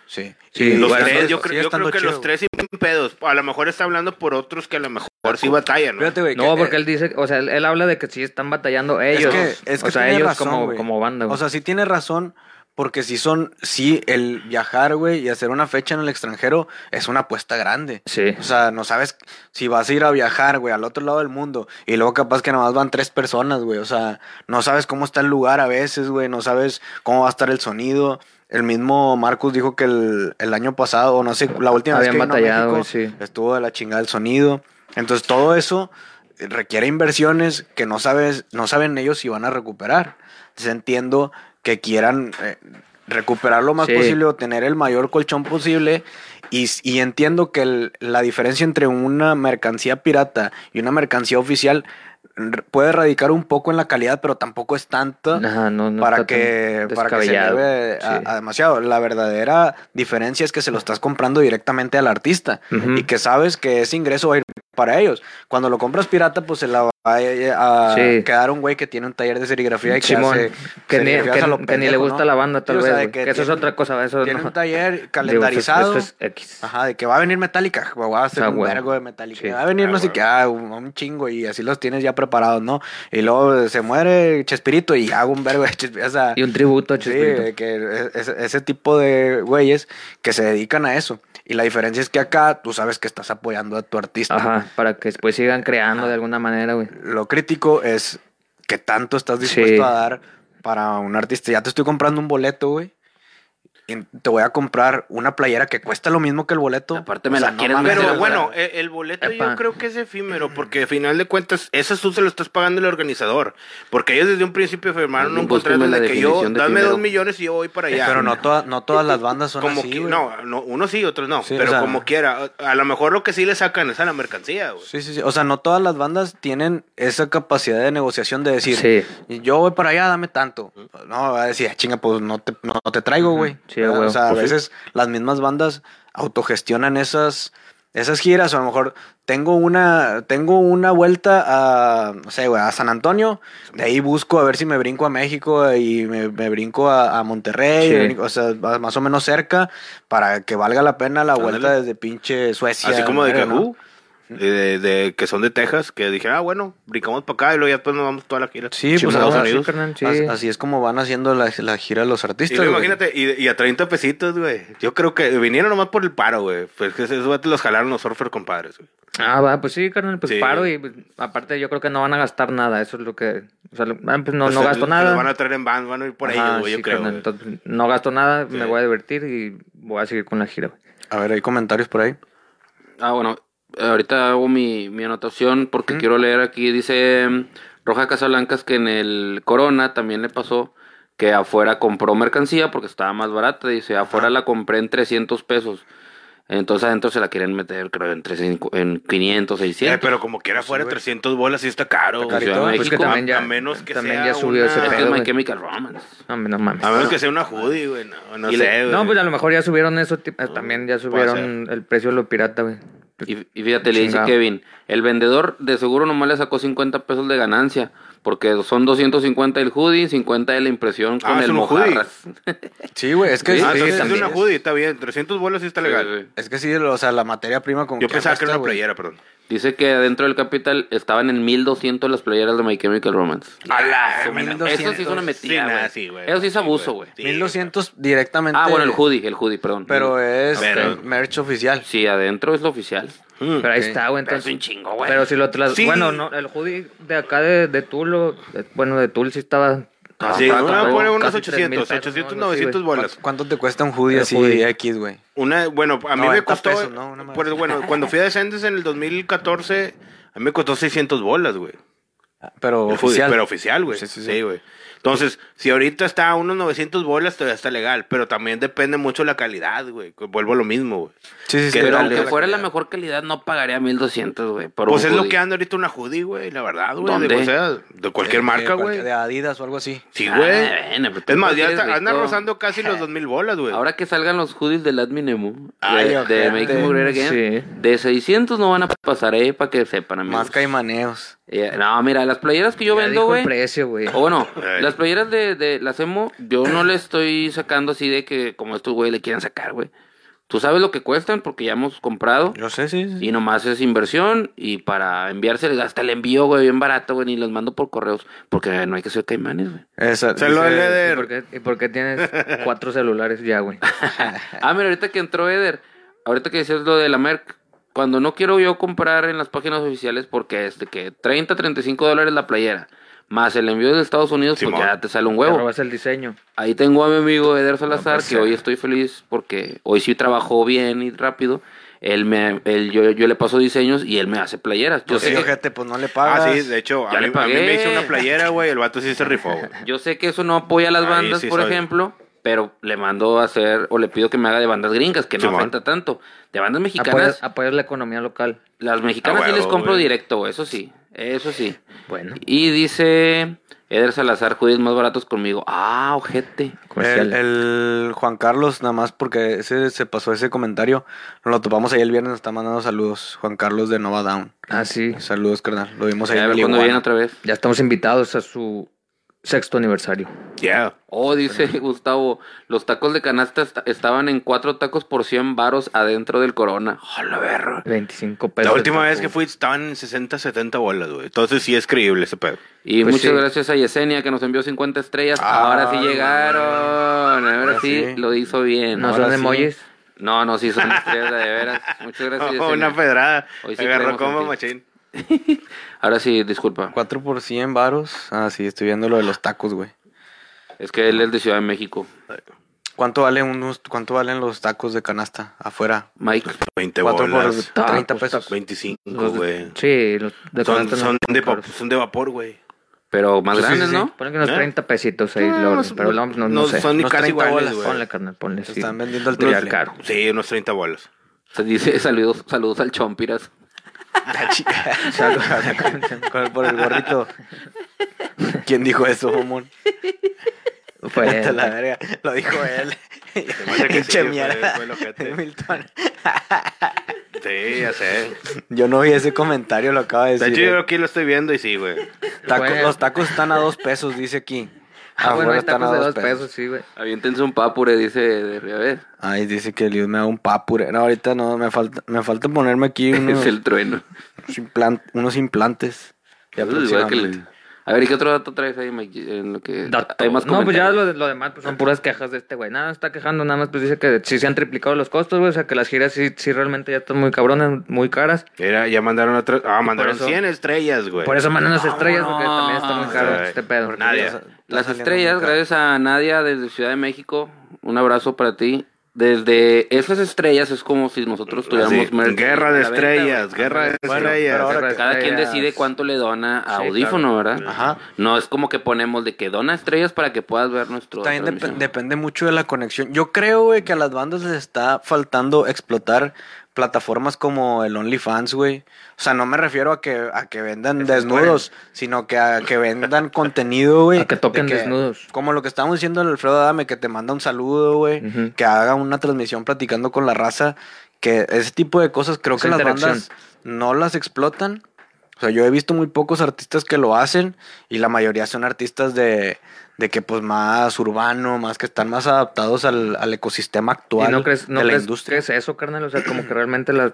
Speaker 1: Sí.
Speaker 2: Sí,
Speaker 1: Y
Speaker 3: Los
Speaker 1: bueno,
Speaker 3: tres, yo,
Speaker 1: sigue
Speaker 3: creo, yo
Speaker 1: estando
Speaker 3: creo que
Speaker 1: chido,
Speaker 3: los
Speaker 1: güey.
Speaker 3: tres sin pedos. A lo mejor está hablando por otros que a lo mejor sí batallan, ¿no?
Speaker 1: Fíjate, güey,
Speaker 2: No,
Speaker 1: que- eh,
Speaker 2: porque él dice, o sea, él, él habla de que sí están batallando
Speaker 1: Es
Speaker 2: ellos.
Speaker 1: que, es que
Speaker 2: o sea,
Speaker 1: tiene
Speaker 2: ellos
Speaker 1: razón,
Speaker 2: como,
Speaker 1: güey.
Speaker 2: como banda, güey.
Speaker 1: O sea, sí tiene razón, porque si son, sí, el viajar, güey, y hacer una fecha en el extranjero es una apuesta grande.
Speaker 2: sí.
Speaker 1: O sea, no sabes si vas a ir a viajar, güey, al otro lado del mundo. Y luego capaz que nomás van tres personas, güey. O sea, no sabes cómo está el lugar a veces, güey. No sabes cómo va a estar el sonido. El mismo Marcus dijo que el, el año pasado, o no sé, la última
Speaker 2: Habían
Speaker 1: vez que vino a
Speaker 2: batallado,
Speaker 1: México,
Speaker 2: güey, sí.
Speaker 1: estuvo de la chingada el sonido. Entonces todo eso eh, requiere inversiones que no sabes, no saben ellos si van a recuperar. Entonces entiendo que quieran eh, recuperar lo más
Speaker 2: Sí.
Speaker 1: posible o tener el mayor colchón posible. Y, s- y entiendo que el- la diferencia entre una mercancía pirata y una mercancía oficial r- puede radicar un poco en la calidad, pero tampoco es tanta
Speaker 2: Ajá, no- no
Speaker 1: para,
Speaker 2: está tan
Speaker 1: que, para que se
Speaker 2: descabellado.
Speaker 1: eleve a-
Speaker 2: Sí.
Speaker 1: a demasiado. La verdadera diferencia es que se lo estás comprando directamente al artista
Speaker 2: Ujú.
Speaker 1: y que sabes que ese ingreso va a ir para ellos. Cuando lo compras pirata, pues se la va a, a
Speaker 2: Sí.
Speaker 1: quedar un güey que tiene un taller de serigrafía y que
Speaker 2: Simón,
Speaker 1: hace
Speaker 2: que, ni,
Speaker 1: serigrafías
Speaker 2: que-
Speaker 1: a lo
Speaker 2: que ni
Speaker 1: pendejo,
Speaker 2: le gusta
Speaker 1: ¿no?
Speaker 2: la banda, tal
Speaker 1: Sí, o
Speaker 2: vez,
Speaker 1: sea, de
Speaker 2: güey.
Speaker 1: que
Speaker 2: Que eso es
Speaker 1: tiene-
Speaker 2: otra cosa, eso
Speaker 1: Tiene
Speaker 2: no-
Speaker 1: un taller
Speaker 2: digo, eso es-
Speaker 1: calendarizado.
Speaker 2: eso es X.
Speaker 1: Ajá, de que va a venir Metallica, güey, va a hacer
Speaker 2: Ah,
Speaker 1: un
Speaker 2: güey.
Speaker 1: vergo de Metallica.
Speaker 2: Sí.
Speaker 1: Va a venir
Speaker 3: Ah,
Speaker 1: no sé
Speaker 3: güey.
Speaker 1: qué, ah, un, un chingo y así los tienes ya preparados, ¿no? Y luego se muere Chespirito y hago un vergo de Chespirito. O sea,
Speaker 2: Y un tributo a
Speaker 1: sí,
Speaker 2: Chespirito.
Speaker 1: de que es- es- ese tipo de güeyes que se dedican a eso. Y la diferencia es que acá tú sabes que estás apoyando a tu artista.
Speaker 2: Ajá, para que después sigan creando de alguna manera, güey.
Speaker 1: Lo crítico es que tanto estás dispuesto
Speaker 2: Sí.
Speaker 1: a dar para un artista. Ya te estoy comprando un boleto, güey. y te voy a comprar una playera que cuesta lo mismo que el boleto.
Speaker 5: Aparte me la quieres
Speaker 1: mames,
Speaker 5: meter
Speaker 1: o
Speaker 5: al
Speaker 1: sea,
Speaker 5: la-
Speaker 3: Pero bueno, eh, el boleto
Speaker 2: Epa.
Speaker 3: yo creo que es efímero, porque al final de cuentas, eso tú se lo estás pagando el organizador. Porque ellos desde un principio firmaron un
Speaker 5: Búsqueme
Speaker 3: contrato
Speaker 5: la
Speaker 3: de que yo,
Speaker 5: definición de
Speaker 3: dame
Speaker 5: efímero.
Speaker 3: dos millones y yo voy para allá.
Speaker 1: Eh, Pero no, toda- no todas las bandas son
Speaker 3: como
Speaker 1: así,
Speaker 3: que-
Speaker 1: güey.
Speaker 3: no, no, unos sí, otros no.
Speaker 1: Sí, o
Speaker 3: pero
Speaker 1: sea-
Speaker 3: como quiera, a, a lo mejor lo que sí le sacan es a la mercancía, güey.
Speaker 1: Sí, sí, sí. O sea, no todas las bandas tienen esa capacidad de negociación de decir,
Speaker 2: Sí.
Speaker 1: yo voy para allá, dame tanto. No, va a decir, "Ah, chinga, pues no te, no, no te traigo,
Speaker 2: Ujú.
Speaker 1: güey.
Speaker 2: Sí,
Speaker 1: ¿Verdad?
Speaker 2: güey.
Speaker 1: o sea, a
Speaker 2: Pues sí.
Speaker 1: veces las mismas bandas autogestionan esas, esas giras. O a lo mejor tengo una, tengo una vuelta a, no sé, güey, a San Antonio. De ahí busco a ver si me brinco a México y me, me brinco a, a Monterrey.
Speaker 2: Sí.
Speaker 1: me brinco- o sea, va más o menos cerca para que valga la pena la vuelta
Speaker 3: Ándale.
Speaker 1: desde pinche Suecia.
Speaker 3: Así como de "Uh,
Speaker 1: madre, ¿no?
Speaker 3: Cajú, de, de- que son de Texas, que dije, ah, bueno, brincamos para acá y luego ya después nos vamos toda la gira.
Speaker 1: Sí, pues,
Speaker 3: Estados
Speaker 1: ah,
Speaker 2: sí,
Speaker 3: Unidos.
Speaker 2: carnal, sí.
Speaker 1: As- Así es como van haciendo la, la gira los
Speaker 3: Y
Speaker 1: artistas.
Speaker 3: luego
Speaker 1: güey.
Speaker 3: imagínate, y, y a 30 pesitos, güey. Yo creo que vinieron nomás por el paro, güey. Pues que esos vatos los jalaron los surfer compadres, güey.
Speaker 2: Ah, va, pues sí, carnal, pues
Speaker 3: Sí.
Speaker 2: paro y pues, aparte yo creo que no van a gastar nada, eso es lo que... O sea, lo- ah, pues no,
Speaker 3: Pues
Speaker 2: no
Speaker 3: se-
Speaker 2: gasto
Speaker 3: se
Speaker 2: nada.
Speaker 3: Los van a traer en van, van a ir por
Speaker 2: Ajá,
Speaker 3: ellos, güey,
Speaker 2: sí,
Speaker 3: yo creo.
Speaker 2: carnal,
Speaker 3: güey.
Speaker 2: entonces, no gasto nada, me
Speaker 3: Sí.
Speaker 2: voy a divertir y voy a seguir con la gira, güey.
Speaker 1: A ver, hay comentarios por ahí.
Speaker 5: Ah, bueno, ahorita hago mi, mi anotación porque quiero leer aquí. Dice mm, Roja Casablancas que en el Corona también le pasó que afuera compró mercancía porque estaba más barata. Dice, afuera la compré en 300 pesos. Entonces adentro se la quieren meter, creo, en, 300, en Ah, 500,
Speaker 3: Eh,
Speaker 5: 600.
Speaker 3: pero como quiera fuera 300 bolas y está caro.
Speaker 1: Está
Speaker 3: güey.
Speaker 1: carito.
Speaker 3: Ciudad de
Speaker 5: Pues que
Speaker 3: México,
Speaker 2: también ya-
Speaker 3: a menos que
Speaker 2: también
Speaker 3: sea
Speaker 2: ya subió ese
Speaker 3: una-
Speaker 5: Es que es
Speaker 2: pero,
Speaker 5: My
Speaker 2: güey.
Speaker 5: Chemical Romance.
Speaker 2: No, no mames.
Speaker 3: A menos que sea una hoodie, güey. No, no
Speaker 5: Y le-
Speaker 3: sé, güey. Ah,
Speaker 2: No, pues a lo mejor ya subieron eso, ti- eh, también ya
Speaker 3: puede
Speaker 2: subieron el precio de lo pirata, güey.
Speaker 5: Y, y fíjate, le dice
Speaker 2: Chingado.
Speaker 5: Kevin, el vendedor de seguro nomás le sacó 50 pesos de ganancia. Porque son 250 el hoodie, 50 de la impresión
Speaker 3: Ah,
Speaker 5: con
Speaker 3: es
Speaker 5: el
Speaker 3: un hoodie.
Speaker 5: mojarras.
Speaker 1: Sí, güey, es que
Speaker 5: Sí,
Speaker 3: Ah,
Speaker 1: sí,
Speaker 3: entonces es
Speaker 5: también
Speaker 3: una
Speaker 5: es.
Speaker 3: hoodie, está bien. 300 bolas sí está legal.
Speaker 5: Sí, sí.
Speaker 1: es que sí, o sea, la materia prima con
Speaker 3: Yo pensaba
Speaker 1: cuesta,
Speaker 3: que era una
Speaker 1: güey.
Speaker 3: playera, perdón.
Speaker 5: Dice que adentro del Capital estaban en 1200 las playeras de My Chemical Romance.
Speaker 2: Ah,
Speaker 3: A la
Speaker 1: mil
Speaker 3: bueno,
Speaker 1: doscientos.
Speaker 5: Eso sí es una
Speaker 3: Sí,
Speaker 5: metida,
Speaker 3: nada,
Speaker 5: güey.
Speaker 3: sí, güey.
Speaker 5: Eso sí es
Speaker 3: Sí,
Speaker 5: abuso,
Speaker 3: güey.
Speaker 5: güey.
Speaker 3: Sí,
Speaker 1: 1200 directamente.
Speaker 5: Ah, bueno, el hoodie, el hoodie, perdón.
Speaker 1: Pero es
Speaker 3: Ok.
Speaker 1: eh, merch oficial.
Speaker 5: Sí, adentro es lo oficial.
Speaker 3: Mm.
Speaker 2: Pero ahí está, güey,
Speaker 5: Pero
Speaker 2: entonces...
Speaker 5: es un chingo, güey.
Speaker 2: Pero si lo tras...
Speaker 3: Sí.
Speaker 2: Bueno, no, el hoodie de acá de, de Tulo, eh, bueno, de Tul sí estaba...
Speaker 5: Ah,
Speaker 3: Sí,
Speaker 5: Ah,
Speaker 3: bueno,
Speaker 5: claro,
Speaker 3: pone unos
Speaker 2: casi 3,000
Speaker 3: 800,
Speaker 2: pesos,
Speaker 3: 800,
Speaker 2: ¿no? Algo así,
Speaker 3: 900
Speaker 2: güey.
Speaker 3: bolas.
Speaker 1: ¿Cuánto te cuesta un hoodie
Speaker 2: El
Speaker 1: así
Speaker 2: hoodie.
Speaker 1: X, güey?
Speaker 3: Una, bueno, a mí me
Speaker 1: 90
Speaker 3: costó.
Speaker 1: pesos, ¿no? Una madre
Speaker 3: pues,
Speaker 1: así.
Speaker 3: bueno, cuando fui a Descendes en el 2014, a mí me costó 600 bolas, güey.
Speaker 1: Pero
Speaker 3: El hoodie,
Speaker 1: oficial.
Speaker 3: Pero oficial, güey.
Speaker 1: Sí,
Speaker 3: Sí,
Speaker 1: sí, sí.
Speaker 3: güey. Entonces, si ahorita está a unos 900 bolas, todavía está legal. Pero también depende mucho la calidad, güey. que Vuelvo a lo mismo, güey.
Speaker 1: sí, sí, sí.
Speaker 3: que
Speaker 5: Pero
Speaker 1: tal,
Speaker 3: tal,
Speaker 5: aunque
Speaker 3: güey.
Speaker 5: fuera la mejor calidad, no pagaría 1200, güey. por
Speaker 3: Pues
Speaker 5: un
Speaker 3: es lo
Speaker 5: hoodie.
Speaker 3: que anda ahorita una hoodie, güey, la verdad, güey.
Speaker 5: ¿Dónde?
Speaker 3: De, o sea, de cualquier
Speaker 1: eh,
Speaker 3: marca,
Speaker 1: cualquier-
Speaker 3: güey.
Speaker 1: De Adidas o algo así.
Speaker 3: Sí,
Speaker 5: Ah,
Speaker 3: güey.
Speaker 5: bueno, pero tú
Speaker 3: es más, ya
Speaker 5: prefieres
Speaker 3: está- anda
Speaker 5: Beto.
Speaker 3: rozando casi los 2000 bolas, güey.
Speaker 5: Ahora que salgan los hoodies del Adminemu,
Speaker 1: Ay,
Speaker 5: de, de
Speaker 1: ojete.
Speaker 5: Make Him Great Again,
Speaker 2: Sí.
Speaker 5: de 600 no van a pasar, eh, para que sepan, amigos.
Speaker 1: Más caimaneos.
Speaker 5: Eh, no, mira, las playeras que yo
Speaker 2: Ya
Speaker 5: vendo,
Speaker 2: dijo el
Speaker 5: güey.
Speaker 2: precio, güey.
Speaker 3: Oh,
Speaker 5: O bueno,
Speaker 3: Ay.
Speaker 5: las playeras de, de las emo, yo no le estoy sacando así de que como estos güey le quieran sacar, güey. Tú sabes lo que cuestan porque ya hemos comprado
Speaker 1: Yo sé, sí. sí.
Speaker 5: y nomás es inversión y para enviarse hasta el envío, güey, bien barato, güey, y los mando por correos porque no hay que ser caimanes, güey.
Speaker 1: Esa-
Speaker 3: Se lo
Speaker 1: dice-
Speaker 3: le
Speaker 2: ¿Y
Speaker 3: de-
Speaker 2: por, qué, y por qué tienes cuatro celulares ya, güey?
Speaker 5: Ah, mira, ahorita que entró Eder, ahorita que decías lo de la Merck, cuando no quiero yo comprar en las páginas oficiales porque es de que 30, 35 dólares la playera, más el envío de Estados Unidos,
Speaker 3: Simón.
Speaker 5: porque ya te sale un
Speaker 2: Te
Speaker 5: huevo.
Speaker 2: robas el diseño.
Speaker 5: Ahí tengo a mi amigo
Speaker 3: Ah,
Speaker 5: Eder Salazar,
Speaker 1: pues,
Speaker 5: que
Speaker 1: eh.
Speaker 5: hoy estoy feliz porque hoy sí trabajó bien y rápido. Él me, él, yo, yo le paso diseños y él me hace playeras. Yo,
Speaker 1: Pues sí,
Speaker 5: sé, que,
Speaker 1: ojete, pues no le pagas.
Speaker 3: Ah, sí, de hecho, a
Speaker 5: Ya
Speaker 3: mí,
Speaker 5: le
Speaker 3: a mí me
Speaker 5: pagué.
Speaker 3: hizo una playera, güey. El vato sí se rifó, güey.
Speaker 5: yo sé que eso no apoya a las
Speaker 3: Ahí
Speaker 5: bandas,
Speaker 3: sí
Speaker 5: por
Speaker 3: soy.
Speaker 5: ejemplo, pero le mando a hacer o le pido que me haga de bandas gringas, que no
Speaker 3: Simón.
Speaker 5: afecta tanto. De bandas mexicanas,
Speaker 2: Apoyas, apoyas la economía local.
Speaker 5: las mexicanas
Speaker 3: A
Speaker 5: sí les
Speaker 3: Ah, huevo,
Speaker 5: compro
Speaker 3: güey.
Speaker 5: directo, güey, eso sí, eso sí.
Speaker 2: Bueno,
Speaker 5: Y dice Eder Salazar, judíos más baratos conmigo. Ah, ojete.
Speaker 1: El,
Speaker 2: comercial.
Speaker 1: el Juan Carlos, nada más porque ese se pasó ese comentario. Nos lo topamos ahí el viernes, nos está mandando saludos. Juan Carlos de Nova Down.
Speaker 2: Ah, sí.
Speaker 1: Saludos, carnal. Lo vimos ahí
Speaker 5: A
Speaker 1: en
Speaker 5: ver
Speaker 1: el
Speaker 5: cuándo
Speaker 1: Iguana.
Speaker 5: viene otra vez.
Speaker 2: Ya estamos invitados a su sexto aniversario.
Speaker 3: Yeah.
Speaker 5: Oh, dice Gustavo, los tacos de canasta est- estaban en cuatro tacos por 100 varos adentro del Corona. Hola, verro.
Speaker 2: 25 pesos.
Speaker 3: La última vez que fui estaban en 60, 70 bolas, güey. Entonces sí es creíble ese pedo.
Speaker 5: Y
Speaker 2: Pues
Speaker 5: muchas
Speaker 2: sí.
Speaker 5: gracias a Yesenia que nos envió 50 estrellas.
Speaker 1: Ah,
Speaker 5: ahora sí
Speaker 1: bueno.
Speaker 5: llegaron. Ahora
Speaker 1: Ahora
Speaker 5: sí,
Speaker 1: sí.
Speaker 5: lo hizo bien.
Speaker 2: ¿No
Speaker 5: Ahora
Speaker 2: son
Speaker 5: sí.
Speaker 2: emojis?
Speaker 5: No, no, sí son estrellas de veras. Muchas gracias, Yesenia.
Speaker 3: Ah, una pedrada.
Speaker 5: Hoy sí
Speaker 3: Agarró
Speaker 5: creemos en
Speaker 3: como
Speaker 5: ti.
Speaker 3: machín.
Speaker 5: Ahora sí, disculpa.
Speaker 1: 4 por 100 varos. Ah, sí, estoy viendo lo de los tacos, güey.
Speaker 5: Es que él es de Ciudad de México.
Speaker 1: ¿Cuánto, valen unos, ¿Cuánto valen los tacos de canasta afuera?
Speaker 5: Mike,
Speaker 3: 20
Speaker 1: Cuatro
Speaker 3: bolas.
Speaker 1: por 30
Speaker 2: Tacos,
Speaker 1: pesos.
Speaker 3: 25,
Speaker 2: Los de-
Speaker 3: güey.
Speaker 2: Sí, los de
Speaker 3: Son,
Speaker 2: canasta no
Speaker 3: son
Speaker 2: están
Speaker 3: de,
Speaker 2: caros.
Speaker 3: va- son de vapor, güey.
Speaker 5: pero más
Speaker 1: Sí, sí,
Speaker 5: grandes,
Speaker 1: sí.
Speaker 5: ¿no?
Speaker 2: Ponen que unos
Speaker 3: ¿Eh?
Speaker 2: 30 pesitos ahí,
Speaker 3: No,
Speaker 2: Lawrence,
Speaker 3: no,
Speaker 2: pero Lawrence no, no
Speaker 3: no
Speaker 2: sé.
Speaker 3: son ni
Speaker 1: Unos
Speaker 3: casi
Speaker 1: 30
Speaker 3: iguales,
Speaker 1: bolas,
Speaker 3: güey.
Speaker 2: Ponle, carnal, ponle.
Speaker 1: Se
Speaker 2: sí.
Speaker 1: están vendiendo ¿eh? al
Speaker 2: No es
Speaker 1: trial.
Speaker 2: caro.
Speaker 3: Sí, unos 30 bolas.
Speaker 5: Se dice saludos, saludos al Chompiras.
Speaker 1: Ah, Con- por el gorrito. ¿Quién dijo eso, mamón?
Speaker 2: Fue
Speaker 1: Vete a
Speaker 2: él.
Speaker 1: la verga. Lo dijo él.
Speaker 3: me hace que
Speaker 1: Pinche
Speaker 3: sí, fue-
Speaker 1: mierda.
Speaker 3: fue el ojete.
Speaker 1: Milton.
Speaker 3: Sí, ya sé.
Speaker 1: Yo no vi ese comentario, lo acaba de
Speaker 3: De
Speaker 1: decir.
Speaker 3: hecho,
Speaker 1: él.
Speaker 3: yo aquí lo estoy viendo y sí, güey.
Speaker 1: Tacos-
Speaker 2: Bueno.
Speaker 1: los tacos están a dos pesos, dice aquí.
Speaker 2: Ah, bueno,
Speaker 1: Afuera
Speaker 2: hay tacos de dos pesos, sí, güey.
Speaker 5: Aviéntense un papure, dice de Riaver.
Speaker 1: Ay, dice que Dios me da un papure. No, ahorita no, me falta, me falta ponerme aquí unos,
Speaker 5: Es el trueno.
Speaker 1: unos implan- unos implantes. Ya
Speaker 5: Eso es igual que le-
Speaker 1: próximamente.
Speaker 5: A ver, ¿y qué otro dato traes ahí, Mike? En lo que
Speaker 2: Dato.
Speaker 5: hay más
Speaker 2: no, pues ya
Speaker 5: comentarios?
Speaker 2: lo, de- lo demás pues, son puras quejas de este güey. Nada, está quejando, nada más pues dice que sí se han triplicado los costos, güey. O sea, que las giras sí, sí realmente ya están muy cabronas, muy caras.
Speaker 3: Era, ya mandaron otra. Ah, mandaron
Speaker 2: eso-
Speaker 3: 100 estrellas, güey.
Speaker 2: Por eso mandan las estrellas, porque también
Speaker 5: Vámonos,
Speaker 2: está muy caro
Speaker 3: güey.
Speaker 2: este pedo.
Speaker 3: Porque- Nadia.
Speaker 1: Está
Speaker 5: Las
Speaker 1: saliendo
Speaker 5: estrellas,
Speaker 1: muy caro.
Speaker 5: gracias a Nadia desde Ciudad de México. Un abrazo para ti. Desde esas estrellas es como si nosotros tuviéramos
Speaker 3: Pues Sí,
Speaker 5: merch
Speaker 3: Guerra de
Speaker 5: a la venta,
Speaker 3: estrellas,
Speaker 5: güey.
Speaker 3: guerra de
Speaker 1: Bueno, pero
Speaker 3: estrellas.
Speaker 1: ahora
Speaker 2: Guerra de-
Speaker 5: Cada quien
Speaker 2: Estrellas.
Speaker 5: decide cuánto le dona a
Speaker 2: Sí,
Speaker 5: audífono, ¿verdad?
Speaker 1: Ajá.
Speaker 5: No es como que ponemos de que dona estrellas para que puedas ver nuestro.
Speaker 1: También dep-
Speaker 5: transmisión.
Speaker 1: depende mucho de la conexión. Yo creo, güey, que a las bandas les está faltando explotar plataformas como el OnlyFans, güey. O sea, no me refiero a que, a que vendan desnudos, sino que a que vendan contenido, güey.
Speaker 2: A que toquen
Speaker 1: de
Speaker 2: desnudos.
Speaker 1: Como lo que estábamos diciendo el Alfredo Adame, que te manda un saludo, güey.
Speaker 2: Ujú.
Speaker 1: Que haga una transmisión platicando con la raza. Que ese tipo de cosas creo
Speaker 2: Esa
Speaker 1: que las
Speaker 2: interacción.
Speaker 1: bandas no las explotan. O sea, yo he visto muy pocos artistas que lo hacen y la mayoría son artistas de, de que pues más urbano, más que están más adaptados al, al ecosistema actual
Speaker 2: ¿Y no crees, no
Speaker 1: de la
Speaker 2: crees
Speaker 1: industria.
Speaker 2: que es eso, carnal? O sea, como que realmente las...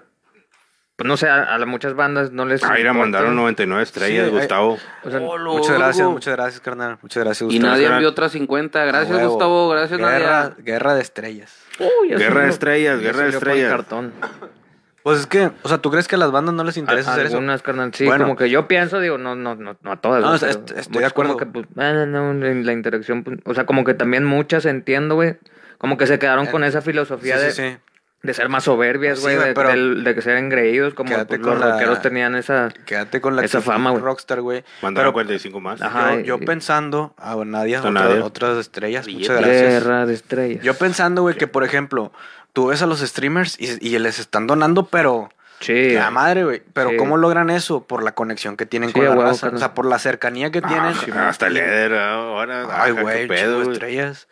Speaker 2: Pues no sé, a, a las muchas bandas no les...
Speaker 3: Ahí la
Speaker 2: importa.
Speaker 3: mandaron 99 estrellas,
Speaker 1: Sí, ahí-
Speaker 3: Gustavo.
Speaker 2: O sea,
Speaker 5: Hola,
Speaker 1: Muchas gracias,
Speaker 5: Hugo.
Speaker 1: muchas gracias, carnal. Muchas gracias,
Speaker 5: Y
Speaker 1: Gustavo.
Speaker 5: Nadia
Speaker 3: Gran-
Speaker 5: envió otras 50. Gracias,
Speaker 1: A huevo.
Speaker 5: Gustavo. Gracias,
Speaker 1: guerra,
Speaker 5: Nadia.
Speaker 1: guerra de estrellas.
Speaker 2: uy, ya
Speaker 3: Guerra de
Speaker 2: salió-
Speaker 3: estrellas,
Speaker 2: ya
Speaker 3: guerra de
Speaker 2: salió por el
Speaker 3: estrellas.
Speaker 2: cartón.
Speaker 1: Pues es que, o sea, ¿tú crees que a las bandas no les interesa hacer Ah, eso?
Speaker 2: Algunas, carnal, sí,
Speaker 1: Bueno.
Speaker 2: como que yo pienso, digo, no, no, no, no a todas.
Speaker 1: No,
Speaker 2: güey,
Speaker 1: es-
Speaker 2: pero
Speaker 1: est- estoy de
Speaker 2: muchas como
Speaker 1: acuerdo.
Speaker 2: que, pues, ah, no, en la interacción, pues, o sea, como que también muchas entiendo, güey, como que se quedaron
Speaker 1: Eh,
Speaker 2: con esa
Speaker 1: Sí,
Speaker 2: filosofía de,
Speaker 1: sí, sí.
Speaker 2: de ser más soberbias,
Speaker 1: Sí,
Speaker 2: güey,
Speaker 1: güey,
Speaker 2: de,
Speaker 1: pero-
Speaker 2: del- de que ser engreídos, como
Speaker 1: Quédate
Speaker 2: pues,
Speaker 1: con
Speaker 2: los
Speaker 1: la-
Speaker 2: rockeros tenían esa...
Speaker 1: Quédate con la
Speaker 2: Esa
Speaker 1: actitud
Speaker 2: fama, güey.
Speaker 1: rockstar, güey.
Speaker 3: Mandaron
Speaker 1: Pero
Speaker 3: 45 más.
Speaker 2: Ajá.
Speaker 1: yo, yo
Speaker 2: y-
Speaker 1: pensando, ah, a Nadia,
Speaker 3: Con
Speaker 1: otra-
Speaker 3: Nadia.
Speaker 1: otras estrellas, muchas
Speaker 5: Billetes.
Speaker 1: gracias.
Speaker 2: Guerra de estrellas.
Speaker 1: Yo pensando, güey, que por ejemplo, tú ves a los streamers y, y les están donando, pero.
Speaker 2: Sí.
Speaker 1: La madre, güey. Pero
Speaker 2: Sí.
Speaker 1: ¿cómo logran eso? Por la conexión que tienen
Speaker 2: Sí,
Speaker 1: con
Speaker 2: a
Speaker 1: la
Speaker 2: huevo,
Speaker 1: raza. O
Speaker 2: carnal.
Speaker 1: sea, por la cercanía
Speaker 3: Ah,
Speaker 2: Ah,
Speaker 1: que tienen.
Speaker 3: Hasta leer ah, ahora.
Speaker 1: Ay,
Speaker 3: ajá,
Speaker 1: güey,
Speaker 3: qué
Speaker 1: el
Speaker 3: pedo,
Speaker 1: chingo de
Speaker 3: güey.
Speaker 1: estrellas.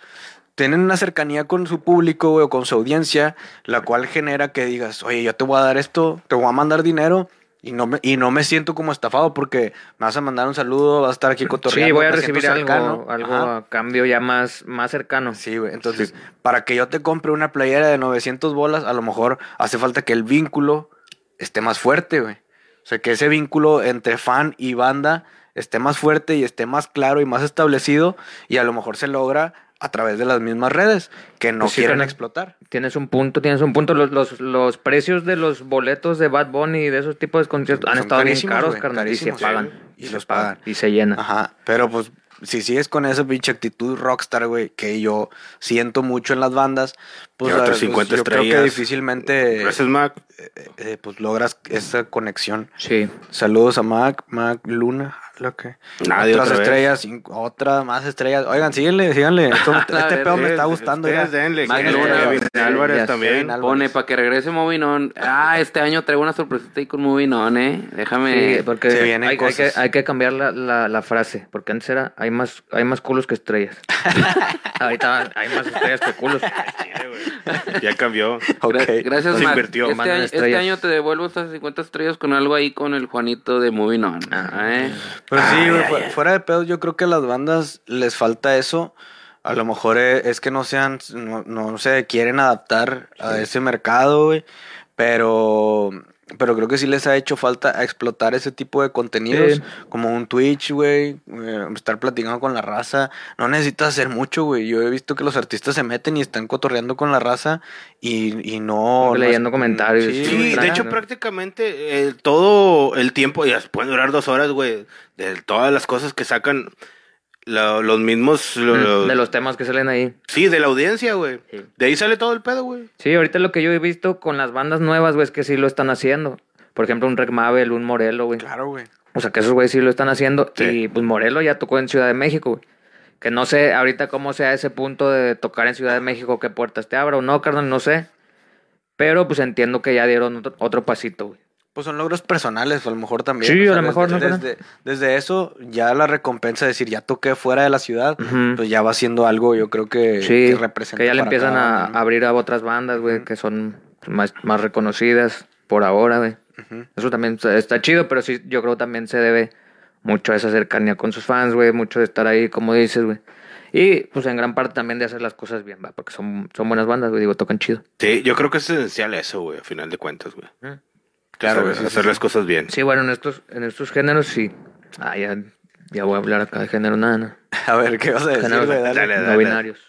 Speaker 1: Tienen una cercanía con su público, güey, o con su audiencia, la cual genera que digas, oye, yo te voy a dar esto, te voy a mandar dinero. Y no, me, y no me siento como estafado porque me vas a mandar un saludo, vas a estar aquí cotorreando.
Speaker 2: Sí, voy a
Speaker 1: me siento
Speaker 2: recibir algo,
Speaker 1: cercano.
Speaker 2: algo
Speaker 1: Ajá.
Speaker 2: a cambio ya más, más cercano.
Speaker 1: Sí, güey. Entonces, para que yo te compre una playera de 900 bolas, a lo mejor hace falta que el vínculo esté más fuerte, güey. O sea, que ese vínculo entre fan y banda esté más fuerte y esté más claro y más establecido y a lo mejor se logra a través de las mismas redes que no
Speaker 2: Pues sí,
Speaker 1: quieren
Speaker 2: carnal.
Speaker 1: explotar.
Speaker 2: Tienes un punto, tienes un punto. Los, los, los precios de los boletos de Bad Bunny y de esos tipos de conciertos han
Speaker 1: Son
Speaker 2: estado bien
Speaker 1: carísimos,
Speaker 2: caros,
Speaker 1: güey,
Speaker 2: carnal, y se
Speaker 1: carísimos.
Speaker 2: pagan.
Speaker 1: Y
Speaker 2: se
Speaker 1: los pagan.
Speaker 2: Y se llenan.
Speaker 1: Ajá, pero pues si sigues con esa pinche actitud rockstar, güey, que yo siento mucho en las bandas, pues
Speaker 3: Y
Speaker 1: la-
Speaker 3: otras
Speaker 1: pues,
Speaker 3: 50
Speaker 1: yo creo
Speaker 3: estrellas.
Speaker 1: que difícilmente
Speaker 3: Gracias, Mac.
Speaker 1: eh, eh, pues logras esa conexión.
Speaker 2: Sí.
Speaker 1: Saludos a Mac, Mac Luna, lo que.
Speaker 3: Nadie
Speaker 1: otras
Speaker 3: Ah, otra vez.
Speaker 1: estrellas, cinco- otras más estrellas. Oigan, síguenle, síganle. Esto- este
Speaker 5: ver,
Speaker 1: pedo me
Speaker 3: Ustedes-
Speaker 1: está gustando.
Speaker 3: ustedes
Speaker 1: ya.
Speaker 3: denle,
Speaker 5: Mac
Speaker 3: que-
Speaker 5: Luna,
Speaker 3: Kevin
Speaker 2: sí,
Speaker 3: Álvarez
Speaker 2: ya
Speaker 3: también.
Speaker 1: sé, Álvarez.
Speaker 5: Pone para que regrese Movinón. Ah, este año traigo una sorpresita ahí con Movinón, ¿eh? Déjame.
Speaker 2: Sí, porque
Speaker 1: se vienen
Speaker 2: hay, hay que,
Speaker 1: cosas.
Speaker 2: hay que cambiar la, la, la frase, porque antes era hay más, hay más culos que estrellas. Ahorita hay más estrellas que culos.
Speaker 3: Sí, güey. Ya cambió.
Speaker 1: Ok.
Speaker 5: Gra- Gracias,
Speaker 3: Se
Speaker 5: Mac.
Speaker 3: invirtió.
Speaker 5: Este,
Speaker 2: Mandan
Speaker 5: año, este
Speaker 2: estrellas.
Speaker 5: año te devuelvo estas 50 estrellas con algo ahí con el Juanito de Moving On. ¿eh?
Speaker 1: Pero sí, güey, fu- fuera de pedo, yo creo que a las bandas les falta eso. A lo mejor eh, es que no sean, no, no se quieren adaptar a ese mercado, güey. Pero, pero creo que sí les ha hecho falta explotar ese tipo de contenidos,
Speaker 2: Sí.
Speaker 1: como un Twitch, güey, eh, estar platicando con la raza. No necesitas hacer mucho, güey. Yo he visto que los artistas se meten y están cotorreando con la raza y, y no.
Speaker 2: Como que
Speaker 1: no es-
Speaker 2: leyendo comentarios.
Speaker 1: Sí,
Speaker 3: Sí,
Speaker 1: güey,
Speaker 3: de hecho, prácticamente eh, todo el tiempo, y as- pueden durar dos horas, güey, de todas las cosas que sacan, lo- los mismos...
Speaker 1: Mm,
Speaker 3: lo- lo-
Speaker 2: De los temas que salen ahí.
Speaker 3: Sí, de la audiencia, güey.
Speaker 2: Sí.
Speaker 3: De ahí sale todo el pedo, güey.
Speaker 2: Sí, ahorita lo que yo he visto con las bandas nuevas, güey, es que sí lo están haciendo. Por ejemplo, un Rec Mabel, un Morelo, güey.
Speaker 1: Claro, güey.
Speaker 2: O sea, que esos güeyes sí lo están haciendo.
Speaker 3: Sí.
Speaker 2: Y pues Morelo ya tocó en Ciudad de México, güey. Que no sé ahorita cómo sea ese punto de tocar en Ciudad de México, qué puertas te abra o no, carnal, no sé. Pero pues entiendo que ya dieron otro, otro pasito, güey.
Speaker 1: Pues son logros personales, a lo mejor también.
Speaker 2: Sí,
Speaker 1: o sea,
Speaker 2: a lo mejor,
Speaker 1: desde,
Speaker 2: ¿no?
Speaker 1: desde, desde eso, ya la recompensa de decir, ya toqué fuera de la ciudad,
Speaker 2: Ujú.
Speaker 1: pues ya va siendo algo, yo creo que,
Speaker 2: Sí,
Speaker 1: que
Speaker 2: que,
Speaker 1: representa.
Speaker 2: ya le
Speaker 1: para
Speaker 2: empiezan
Speaker 1: cada
Speaker 2: a
Speaker 1: banda, ¿no?
Speaker 2: abrir a otras bandas, güey, que son más, más reconocidas por ahora, güey.
Speaker 1: Ujú.
Speaker 2: Eso también está- está chido, pero sí, yo creo también se debe mucho a esa cercanía con sus fans, güey, mucho de estar ahí, como dices, güey. Y pues en gran parte también de hacer las cosas bien, va, porque son, son buenas bandas, güey, digo, tocan chido.
Speaker 3: Sí, yo creo que es esencial eso, güey, a final de cuentas, güey.
Speaker 2: Ujú.
Speaker 1: Mm. Claro,
Speaker 3: Claro,
Speaker 1: güey,
Speaker 3: hacer,
Speaker 1: sí, sí,
Speaker 3: hacer
Speaker 1: sí.
Speaker 3: las cosas bien.
Speaker 2: Sí, bueno, en estos, en estos géneros sí. Ah, ya, ya voy a hablar acá de género, nada, no.
Speaker 1: A ver, ¿qué vas a decir,
Speaker 2: Géneros
Speaker 1: güey? Dale.
Speaker 3: dale,
Speaker 2: no
Speaker 3: dale.
Speaker 2: binarios.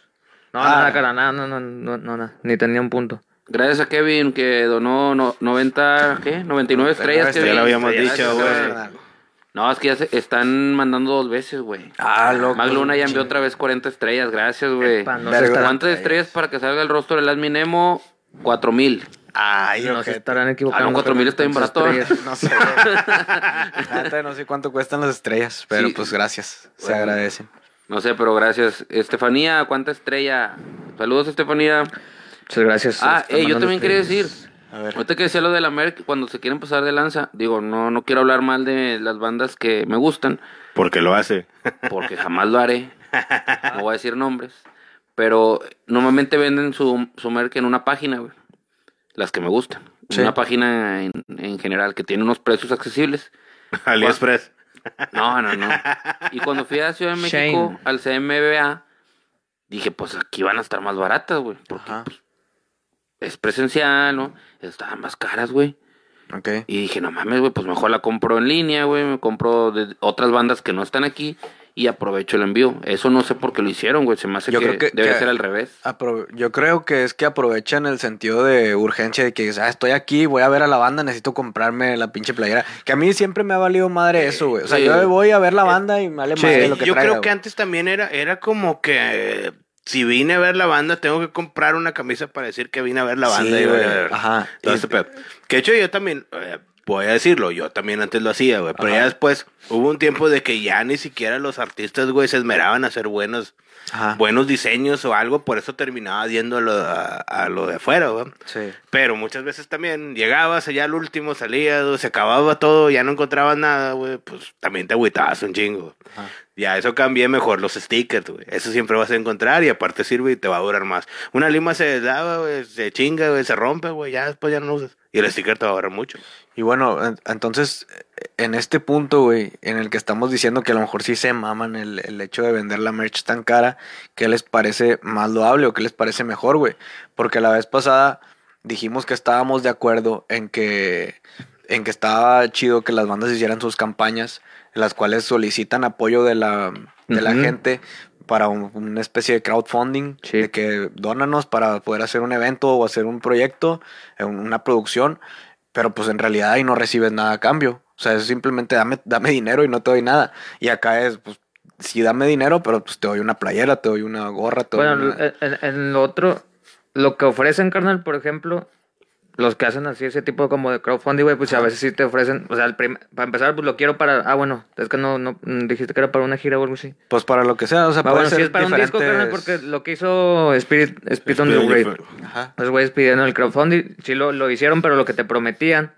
Speaker 2: No,
Speaker 1: Ah.
Speaker 2: nada, cara, nada, no, no, no, no, nada. Ni tenía un punto.
Speaker 5: Gracias a Kevin que donó no- 90, ¿qué? 99 estrellas.
Speaker 1: estrellas,
Speaker 5: Kevin.
Speaker 3: ya lo habíamos
Speaker 5: Gracias,
Speaker 3: dicho,
Speaker 5: güey.
Speaker 3: güey.
Speaker 5: No, es que ya se están mandando dos veces, güey.
Speaker 1: Ah, loco.
Speaker 5: Mag Luna ya envió otra vez 40 estrellas, gracias, güey.
Speaker 2: Epa,
Speaker 1: se
Speaker 2: no
Speaker 5: Verga.
Speaker 1: estarán-
Speaker 5: ¿Cuántas estrellas para que salga el rostro del Adminemo? 4000.
Speaker 1: Ay,
Speaker 2: No se
Speaker 1: ojete.
Speaker 2: estarán equivocando.
Speaker 5: Ah, no, cuatro mil está bien
Speaker 2: Entonces,
Speaker 5: barato, ¿eh?
Speaker 2: estrellas.
Speaker 1: No sé, güey. La neta, no sé cuánto cuestan las estrellas, pero
Speaker 5: Sí.
Speaker 1: pues gracias. Se
Speaker 5: Bueno.
Speaker 1: agradecen.
Speaker 5: No sé, pero gracias. Estefanía, ¿cuánta estrella? Saludos, Estefanía.
Speaker 2: Muchas gracias.
Speaker 5: Ah,
Speaker 2: Están
Speaker 5: eh, yo
Speaker 2: mandando
Speaker 5: también quería
Speaker 2: estrellas.
Speaker 5: decir.
Speaker 1: A ver.
Speaker 5: Ahorita que decía lo de la Merck, cuando se quieren pasar de lanza, digo, no, no quiero hablar mal de las bandas que me gustan,
Speaker 3: Porque lo hace.
Speaker 5: porque jamás lo haré. No voy a decir nombres. Pero normalmente venden su, su merca en una página, güey. Las que me gustan.
Speaker 1: Sí.
Speaker 5: Una página en, en general que tiene unos precios accesibles.
Speaker 3: AliExpress.
Speaker 5: No, no, no. Y cuando fui a Ciudad de
Speaker 2: Shame.
Speaker 5: México, al CMBA, dije, pues aquí van a estar más baratas, güey. Porque pues,
Speaker 1: Ajá.
Speaker 5: es presencial, ¿no? Estaban más caras, güey.
Speaker 1: Ok.
Speaker 5: Y dije, no mames, güey, pues mejor la compro en línea, güey. Me compro de otras bandas que no están aquí y aprovecho el envío. Eso no sé por qué lo hicieron, güey. Se me hace
Speaker 1: Yo
Speaker 5: que,
Speaker 1: creo que-
Speaker 5: debe
Speaker 1: que-
Speaker 5: ser al revés.
Speaker 1: Apro- yo creo que es que aprovechan el sentido de urgencia de que ah, estoy aquí, voy a ver a la banda, necesito comprarme la pinche playera. Que a mí siempre me ha valido madre eso, güey. O sea,
Speaker 5: Sí.
Speaker 1: yo voy a ver la banda y me vale
Speaker 2: Sí.
Speaker 1: madre
Speaker 3: Eh,
Speaker 1: lo que
Speaker 3: yo
Speaker 1: traiga,
Speaker 3: creo que
Speaker 1: güey.
Speaker 3: antes también era, era como que eh, si vine a ver la banda, tengo que comprar una camisa para decir que vine a ver la
Speaker 1: Sí,
Speaker 3: banda. y,
Speaker 1: güey.
Speaker 3: eh,
Speaker 1: Ajá. este
Speaker 3: todo
Speaker 1: Y-
Speaker 3: ese pedo. Que de hecho yo también, eh, voy a decirlo, yo también antes lo hacía, güey. Pero
Speaker 1: Ajá.
Speaker 3: ya después hubo un tiempo de que ya ni siquiera los artistas, güey, se esmeraban a hacer buenos,
Speaker 1: Ajá.
Speaker 3: buenos diseños o algo. Por eso terminaba yendo a lo, a- a lo de afuera, güey.
Speaker 1: Sí.
Speaker 3: Pero muchas veces también llegabas allá al último, salías, güey, se acababa todo, ya no encontrabas nada, güey. Pues también te agüitabas un chingo.
Speaker 1: Ajá.
Speaker 3: Ya eso cambié mejor los stickers, güey. Eso siempre vas a encontrar y aparte sirve y te va a durar más. Una lima se lava, güey, se chinga, güey, se rompe, güey, ya después ya no lo usas. Y el sticker te va a durar mucho.
Speaker 1: Y bueno, en- entonces, en este punto, güey, en el que estamos diciendo que a lo mejor sí se maman el, el hecho de vender la merch tan cara, ¿qué les parece más loable o qué les parece mejor, güey? Porque la vez pasada dijimos que estábamos de acuerdo en que, en que estaba chido que las bandas hicieran sus campañas, en las cuales solicitan apoyo de la, de la
Speaker 2: Ujú.
Speaker 1: gente para un- una especie de crowdfunding,
Speaker 2: Sí.
Speaker 1: de que dónanos para poder hacer un evento o hacer un proyecto, eh, una producción pero pues en realidad ahí no recibes nada a cambio. O sea, es simplemente dame, dame dinero y no te doy nada. Y acá es, pues, sí dame dinero, pero pues te doy una playera, te doy una gorra, te doy
Speaker 2: Bueno, eh,
Speaker 1: una-
Speaker 2: en, en- en lo otro, lo que ofrecen, carnal, por ejemplo, los que hacen así ese tipo como de crowdfunding, güey, pues a veces sí te ofrecen, o sea, el prim- para empezar, pues lo quiero para, ah, bueno, es que no, no mm, dijiste que era para una gira o algo así.
Speaker 1: Pues para lo que sea, o sea,
Speaker 2: Ah,
Speaker 1: puede
Speaker 2: bueno,
Speaker 1: ser
Speaker 2: sí es para un disco, carnal,
Speaker 1: diferentes-
Speaker 2: porque lo que hizo Spirit, Spirit on the Grave,
Speaker 1: Ajá.
Speaker 2: los güeyes pidieron el crowdfunding, sí lo, lo hicieron, pero lo que te prometían,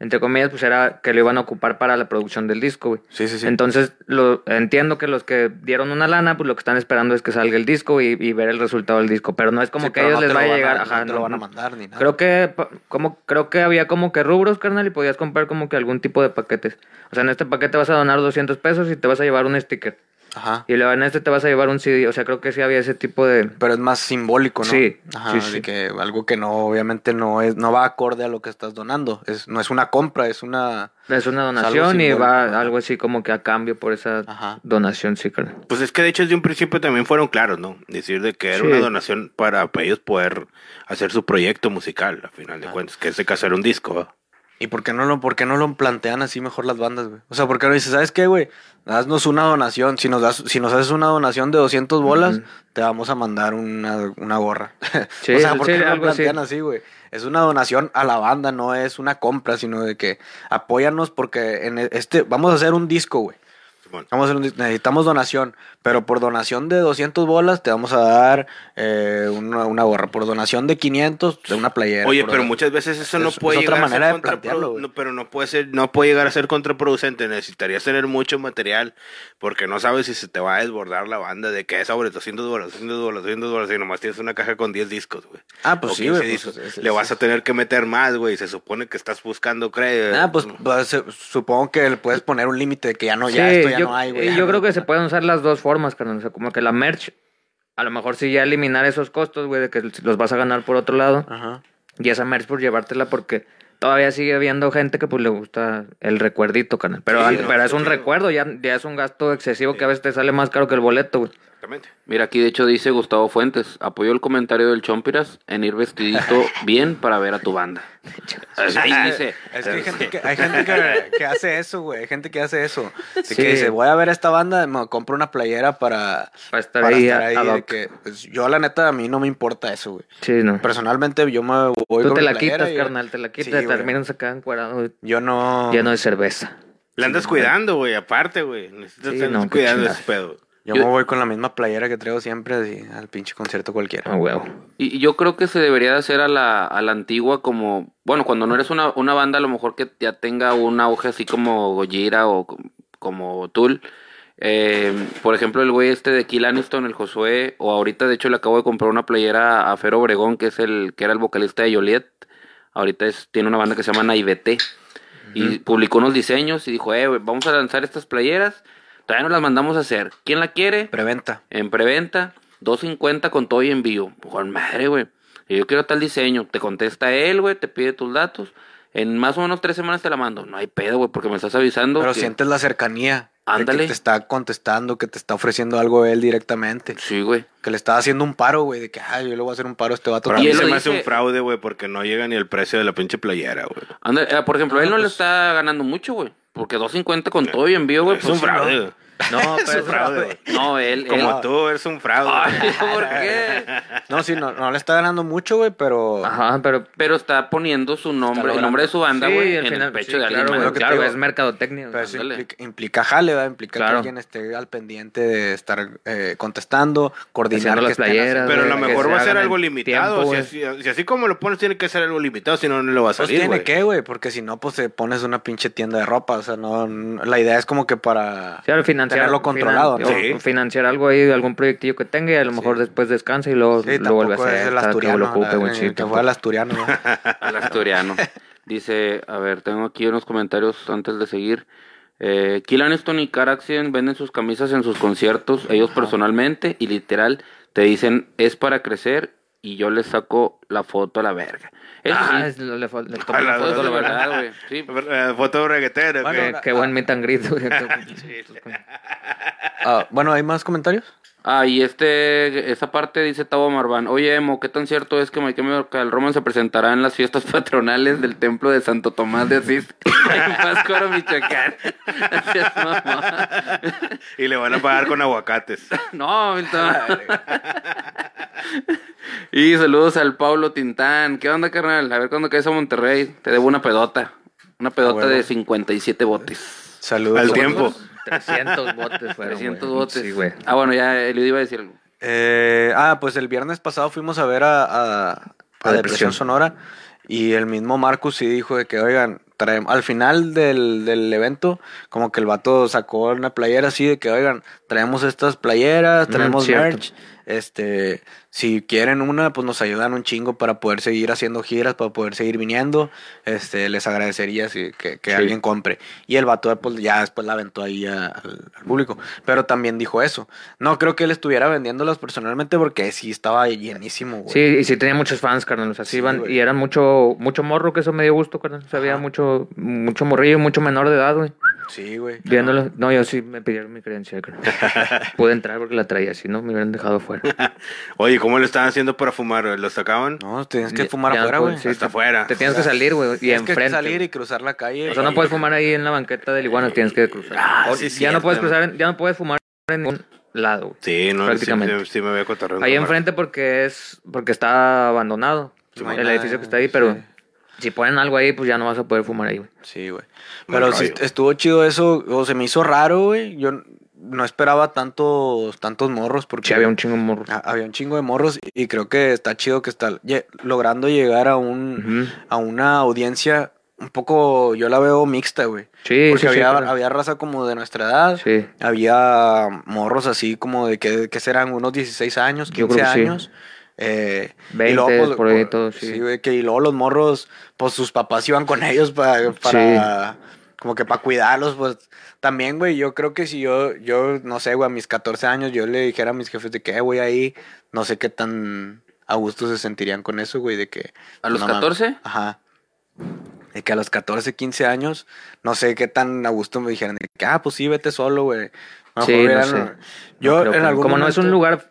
Speaker 2: entre comillas, pues era que lo iban a ocupar para la producción del disco, güey.
Speaker 1: Sí, sí, sí.
Speaker 2: Entonces, lo, entiendo que los que dieron una lana, pues lo que están esperando es que salga el disco y, y ver el resultado del disco. Pero no es como
Speaker 1: Sí,
Speaker 2: que a
Speaker 1: pero no
Speaker 2: ellos
Speaker 1: te
Speaker 2: les
Speaker 1: lo
Speaker 2: vaya a
Speaker 1: van
Speaker 2: llegar.
Speaker 1: no
Speaker 2: ajá,
Speaker 1: te
Speaker 2: no,
Speaker 1: lo van a
Speaker 2: no.
Speaker 1: mandar ni nada.
Speaker 2: Creo que, pa- como, creo que había como que rubros, carnal, y podías comprar como que algún tipo de paquetes. O sea, en este paquete vas a donar 200 pesos y te vas a llevar un sticker.
Speaker 1: Ajá.
Speaker 2: Y luego en este te vas a llevar un CD. O sea, creo que sí había ese tipo de...
Speaker 1: Pero es más simbólico, ¿no?
Speaker 2: Sí,
Speaker 1: Ajá,
Speaker 2: sí,
Speaker 1: de
Speaker 2: sí.
Speaker 1: que algo que no, obviamente no es, no va acorde a lo que estás donando. Es, no es una compra, es una...
Speaker 2: Es una
Speaker 1: algo
Speaker 2: donación y va
Speaker 1: simbólico, ajá.
Speaker 2: algo así como que a cambio por esa
Speaker 1: Ajá.
Speaker 2: donación, sí, carnal.
Speaker 3: Pues es que de hecho desde un principio también fueron claros, ¿no? Decir de que era
Speaker 2: Sí.
Speaker 3: una donación este para, para ellos poder hacer su proyecto musical, a final de cuentas, que es de que hacer un disco, ¿va?
Speaker 1: ¿Y por qué no lo, por qué no lo plantean así mejor las bandas, güey? O sea, ¿por qué no dices, ¿sabes qué, güey? Haznos una donación. Si nos, das, si nos haces una donación de 200 bolas, te vamos a mandar una, una gorra.
Speaker 2: Sí,
Speaker 1: o sea, ¿por
Speaker 2: sí,
Speaker 1: qué no lo
Speaker 2: algo así.
Speaker 1: plantean así, güey? Es una donación a la banda, no es una compra, sino de que apóyanos porque en este vamos a hacer un disco, güey.
Speaker 3: Simón.
Speaker 1: Vamos a hacer un dis- necesitamos donación, pero por donación de 200 bolas te vamos a dar eh, una, una gorra. Por donación de 500, de una playera.
Speaker 3: Oye,
Speaker 1: Por
Speaker 3: pero
Speaker 1: donación-
Speaker 3: muchas veces eso no
Speaker 1: es-
Speaker 3: puede
Speaker 1: es
Speaker 3: llegar
Speaker 1: otra
Speaker 3: a ser
Speaker 1: manera de
Speaker 3: contraprodu-
Speaker 1: plantearlo, güey.
Speaker 3: no, pero no puede ser, no puede llegar a ser contraproducente. Necesitarías tener mucho material porque no sabes si se te va a desbordar la banda de que es sobre 200 dólares, 200 dólares, 200 dólares y nomás tienes una caja con 10 discos, güey.
Speaker 1: Ah, pues
Speaker 3: O
Speaker 1: sí,
Speaker 3: 15
Speaker 1: güey. pues,
Speaker 3: discos.
Speaker 1: es- es-
Speaker 3: Le vas
Speaker 1: es-
Speaker 3: a tener que meter más, güey. Se supone que estás buscando, creo.
Speaker 1: Ah, pues, pues, eh, supongo que le puedes poner un límite de que ya no, ya
Speaker 2: Sí,
Speaker 1: esto ya
Speaker 2: yo,
Speaker 1: no hay, güey.
Speaker 2: eh,
Speaker 1: ya
Speaker 2: yo
Speaker 1: no-
Speaker 2: creo que se pueden usar las dos formas, carnal. O sea, como que la merch, a lo mejor sí ya eliminar esos costos, güey, de que los vas a ganar por otro lado.
Speaker 1: Ajá.
Speaker 2: Y esa merch por llevártela porque todavía sigue habiendo gente que pues le gusta el recuerdito, carnal. Pero,
Speaker 3: Sí,
Speaker 2: al-
Speaker 3: no,
Speaker 2: pero es un
Speaker 3: sí.
Speaker 2: recuerdo, ya, ya es un gasto excesivo que a veces te sale más caro que el boleto, güey.
Speaker 3: Exactamente.
Speaker 5: Mira, aquí de hecho dice Gustavo Fuentes, apoyó el comentario del Chompiras en ir vestidito bien para ver a tu banda.
Speaker 2: Ah,
Speaker 5: Ahí dice,
Speaker 1: Eh, Es que hay gente que, hay gente que, que hace eso, güey. Hay gente que hace eso. Así
Speaker 2: Sí.
Speaker 1: que dice, voy a ver a esta banda, me compro una playera para,
Speaker 2: Para estar
Speaker 1: para
Speaker 2: ahí,
Speaker 1: estar
Speaker 2: a-
Speaker 1: ahí.
Speaker 2: ad
Speaker 1: de
Speaker 2: hoc.
Speaker 1: que, pues, yo, la neta, a mí no me importa eso, güey.
Speaker 2: Sí, no.
Speaker 1: Personalmente, yo me voy
Speaker 2: Tú
Speaker 1: con
Speaker 2: te
Speaker 1: mi
Speaker 2: la
Speaker 1: playera
Speaker 2: quitas,
Speaker 1: y-
Speaker 2: carnal, te la quitas,
Speaker 1: Sí,
Speaker 2: te
Speaker 1: güey.
Speaker 2: terminan sacando encuerado, güey,
Speaker 1: Yo no...
Speaker 2: lleno de cerveza.
Speaker 3: La andas cuidando, güey. Aparte, güey. Necesitas
Speaker 2: Sí,
Speaker 3: tener
Speaker 2: no, qué
Speaker 3: cuidado de
Speaker 2: chingada.
Speaker 3: ese pedo.
Speaker 1: Yo,
Speaker 5: Yo-
Speaker 1: me voy con la misma playera que traigo siempre así, al pinche concierto cualquiera.
Speaker 2: A huevo.
Speaker 5: Y y yo creo que se debería de hacer a la, a la antigua como, bueno, cuando no eres una, una banda a lo mejor que ya tenga un auge así como Gojira o com- como Tool. Eh, por ejemplo, el güey este de Kill Aniston, el Josué, o ahorita de hecho le acabo de comprar una playera a Fero Obregón, que es el que era el vocalista de Joliet. Ahorita es- tiene una banda que se llama Naivete. Y publicó unos diseños y dijo, eh, güey, vamos a lanzar estas playeras. Todavía no las mandamos a hacer. ¿Quién la quiere?
Speaker 1: Preventa.
Speaker 5: En preventa, 250 con todo y envío. Pues, Con madre, güey. Y Yo quiero tal diseño. Te contesta él, güey, te pide tus datos. En más o menos tres semanas te la mando. No hay pedo, güey, porque me estás avisando.
Speaker 1: Pero
Speaker 5: que-
Speaker 1: sientes la cercanía. de
Speaker 5: Ándale.
Speaker 1: Que te está contestando, que te está ofreciendo algo él directamente.
Speaker 5: Sí, güey.
Speaker 1: Que le está haciendo un paro, güey. De que, ay, yo le voy a hacer un paro a este vato.
Speaker 3: Para
Speaker 5: Y
Speaker 3: mí
Speaker 5: él
Speaker 3: se
Speaker 5: lo
Speaker 3: me hace
Speaker 5: dice-
Speaker 3: un fraude, güey, porque no llega ni el precio de la pinche playera, güey.
Speaker 5: Ándale, eh, por ejemplo,
Speaker 1: No,
Speaker 5: él no le
Speaker 1: pues-
Speaker 5: está ganando mucho, güey. Porque 250 con todo y envío, güey.
Speaker 3: Es
Speaker 5: pues,
Speaker 3: un fraude.
Speaker 5: No,
Speaker 3: güey.
Speaker 5: No,
Speaker 3: Es
Speaker 5: pero
Speaker 3: un fraude, güey.
Speaker 5: No, él.
Speaker 3: Como
Speaker 5: él-
Speaker 3: tú, eres un fraude.
Speaker 5: Ay,
Speaker 3: güey.
Speaker 5: ¿por qué?
Speaker 1: No, sí, no, no le está ganando mucho, güey, pero.
Speaker 2: Ajá, pero
Speaker 5: Pero está poniendo su nombre, el nombre de su banda,
Speaker 2: Sí,
Speaker 5: güey,
Speaker 2: al
Speaker 5: en el
Speaker 2: final-
Speaker 5: pecho
Speaker 2: sí,
Speaker 5: de alguien.
Speaker 2: Claro,
Speaker 5: más.
Speaker 1: Lo
Speaker 2: güey,
Speaker 1: que te
Speaker 2: claro,
Speaker 1: digo. Pues,
Speaker 2: es mercadotecnia.
Speaker 1: pero
Speaker 2: güey.
Speaker 1: eso
Speaker 5: ándale.
Speaker 1: implica, implica jale, ¿verdad? Implica que
Speaker 2: Claro.
Speaker 1: alguien esté al pendiente de estar eh, contestando, coordinar
Speaker 2: Haciendo
Speaker 1: que
Speaker 2: las
Speaker 1: estén
Speaker 2: playeras,
Speaker 1: haciendo-
Speaker 3: Pero a
Speaker 2: güey,
Speaker 3: lo
Speaker 2: que
Speaker 3: mejor
Speaker 2: se
Speaker 3: va a ser
Speaker 2: hagan
Speaker 3: algo
Speaker 2: en
Speaker 3: limitado.
Speaker 2: tiempo,
Speaker 3: si,
Speaker 2: güey.
Speaker 3: así, si así como lo pones, tiene que ser algo limitado, si no, no le va a
Speaker 1: Pues
Speaker 3: salir.
Speaker 1: tiene
Speaker 3: güey.
Speaker 1: que, güey, porque si no, pues te pones una pinche tienda de ropa. O sea, no. n- La idea es como que para.
Speaker 2: Sí, al financiar,
Speaker 1: Tenerlo controlado,
Speaker 2: finan-
Speaker 3: ¿no?
Speaker 2: o
Speaker 3: Sí.
Speaker 2: financiar algo ahí, algún proyectillo que tenga y a lo mejor después descansa y luego
Speaker 1: Sí,
Speaker 2: lo vuelve a
Speaker 1: tampoco es
Speaker 2: hacer.
Speaker 1: el
Speaker 2: para que lo
Speaker 1: asturiano.
Speaker 2: ocupe,
Speaker 1: la-
Speaker 2: güey, sí,
Speaker 1: eh, Que
Speaker 2: tampoco.
Speaker 1: fue el asturiano, ¿no?
Speaker 5: Al asturiano. Dice, a ver, tengo aquí unos comentarios antes de seguir. Eh, Kill Aniston y Caraxian venden sus camisas en sus conciertos, ellos personalmente, y literal te dicen, es para crecer, y yo les saco la foto a la verga. Eso
Speaker 2: Ah,
Speaker 5: sí,
Speaker 2: es- le, le- le tomó
Speaker 3: A
Speaker 2: la
Speaker 3: la-
Speaker 5: foto
Speaker 2: foto,
Speaker 5: a la
Speaker 2: güey.
Speaker 5: verdad, güey. Sí.
Speaker 3: Eh, Foto reggaetera.
Speaker 1: Bueno,
Speaker 3: güey.
Speaker 2: Qué, qué buen meet and greet, güey. pues,
Speaker 1: Ah, bueno, ¿hay más comentarios?
Speaker 5: Ah, y este, esta parte dice Tabo Marván. Oye, Emo, ¿qué tan cierto es que My Chemical Romance se presentará en las fiestas patronales del templo de Santo Tomás de Asís en Pátzcuaro, Michoacán? Gracias, mamá.
Speaker 3: Y le van a pagar con aguacates.
Speaker 5: No, Milton. y saludos al Pablo Tintán. ¿Qué onda, carnal? A ver cuándo caes a Monterrey. Te debo una pedota. Una pedota
Speaker 1: huevo.
Speaker 5: de 57 botes.
Speaker 1: Saludos.
Speaker 3: Al tiempo.
Speaker 2: 300 botes fueron,
Speaker 5: 300
Speaker 2: güey.
Speaker 5: botes.
Speaker 2: Sí, güey.
Speaker 5: Ah, bueno, ya él iba a decir algo.
Speaker 1: Eh, ah, pues el viernes pasado fuimos a ver a, a, a Depresión.
Speaker 2: Depresión.
Speaker 1: Sonora y el mismo Marcus sí dijo de que, oigan, traem- al final del, del evento, como que el vato sacó una playera así de que, oigan, traemos estas playeras,
Speaker 2: Mm,
Speaker 1: traemos
Speaker 2: cierto.
Speaker 1: merch, este, si quieren una, pues nos ayudan un chingo para poder seguir haciendo giras, para poder seguir viniendo, este, les agradecería si, que, que
Speaker 2: Sí.
Speaker 1: alguien compre. Y el vato pues, ya después la aventó ahí a- al, al público, pero también dijo eso. No creo que él estuviera vendiéndolas personalmente porque sí estaba llenísimo, güey.
Speaker 2: Sí, y sí tenía muchos fans, carnal. O sea, sí,
Speaker 1: Sí,
Speaker 2: iban,
Speaker 1: güey.
Speaker 2: y eran mucho, mucho morro, que eso me dio gusto, carnal. O sea, había
Speaker 1: Ajá.
Speaker 2: mucho, mucho morrillo, mucho menor de edad, güey.
Speaker 1: Sí, güey.
Speaker 2: Viéndolo. No, yo sí me pidieron mi credencial, carnal. Pude entrar porque la traía, si no me hubieran dejado fuera. afuera.
Speaker 3: Oye, ¿cómo lo estaban haciendo para fumar? güey? ¿Lo sacaban?
Speaker 1: No, tienes que
Speaker 2: Ya-
Speaker 1: fumar
Speaker 2: ya
Speaker 1: afuera,
Speaker 2: no
Speaker 1: güey.
Speaker 2: puedes, sí,
Speaker 3: Hasta
Speaker 2: te-
Speaker 3: afuera.
Speaker 2: Te tienes que salir, güey. Y
Speaker 1: tienes que
Speaker 2: enfrente.
Speaker 1: salir y cruzar la calle.
Speaker 2: O sea, no puedes fumar ahí en la banqueta del iguana, tienes que cruzar.
Speaker 3: Ah,
Speaker 2: O-
Speaker 3: sí es
Speaker 2: ya no
Speaker 3: cierto.
Speaker 2: puedes cruzar, en- ya no puedes fumar en ningún lado, güey.
Speaker 3: Sí, no,
Speaker 2: Prácticamente.
Speaker 3: Sí, sí, sí me veo cotorreando.
Speaker 2: Ahí enfrente porque es porque está abandonado
Speaker 1: No hay
Speaker 2: el
Speaker 1: nada,
Speaker 2: edificio que está ahí, pero si ponen algo ahí, pues ya no vas a poder fumar ahí, güey.
Speaker 1: Sí, güey.
Speaker 3: Mal
Speaker 1: Pero sí
Speaker 3: rollo.
Speaker 1: estuvo chido eso, o se me hizo raro, güey. Yo no esperaba tantos, tantos morros porque
Speaker 2: Sí, había un chingo de morros.
Speaker 1: ha- había un chingo de morros y y creo que está chido que está lle- logrando llegar a un
Speaker 2: Ujú.
Speaker 1: a una audiencia un poco yo la veo mixta, güey.
Speaker 2: Sí,
Speaker 1: Porque
Speaker 2: sí, sí,
Speaker 1: había,
Speaker 2: claro.
Speaker 1: había raza como de nuestra edad.
Speaker 2: Sí.
Speaker 1: Había morros así como de que, que serán unos 16 años,
Speaker 2: Yo
Speaker 1: 15
Speaker 2: creo que sí.
Speaker 1: años. Eh,
Speaker 2: 20 por ahí, todo, sí.
Speaker 1: güey, que y luego los morros, pues sus papás iban con ellos pa- para, como que para cuidarlos, pues también, güey, yo creo que si yo, yo, no sé, güey, a mis 14 años yo le dijera a mis jefes de que, eh, güey, ahí, no sé qué tan a gusto se sentirían con eso, güey, de que...
Speaker 5: ¿A los
Speaker 1: no mames.
Speaker 5: 14?
Speaker 1: Ajá. De que a los 14, 15 años, no sé qué tan a gusto me dijeran de que, ah, pues sí, vete solo, güey. A lo
Speaker 2: Sí,
Speaker 1: mejor
Speaker 2: no
Speaker 1: hubieran-
Speaker 2: sé.
Speaker 1: Yo,
Speaker 2: No creo
Speaker 1: en
Speaker 2: que-
Speaker 1: algún
Speaker 2: como no es un
Speaker 1: momento-
Speaker 2: lugar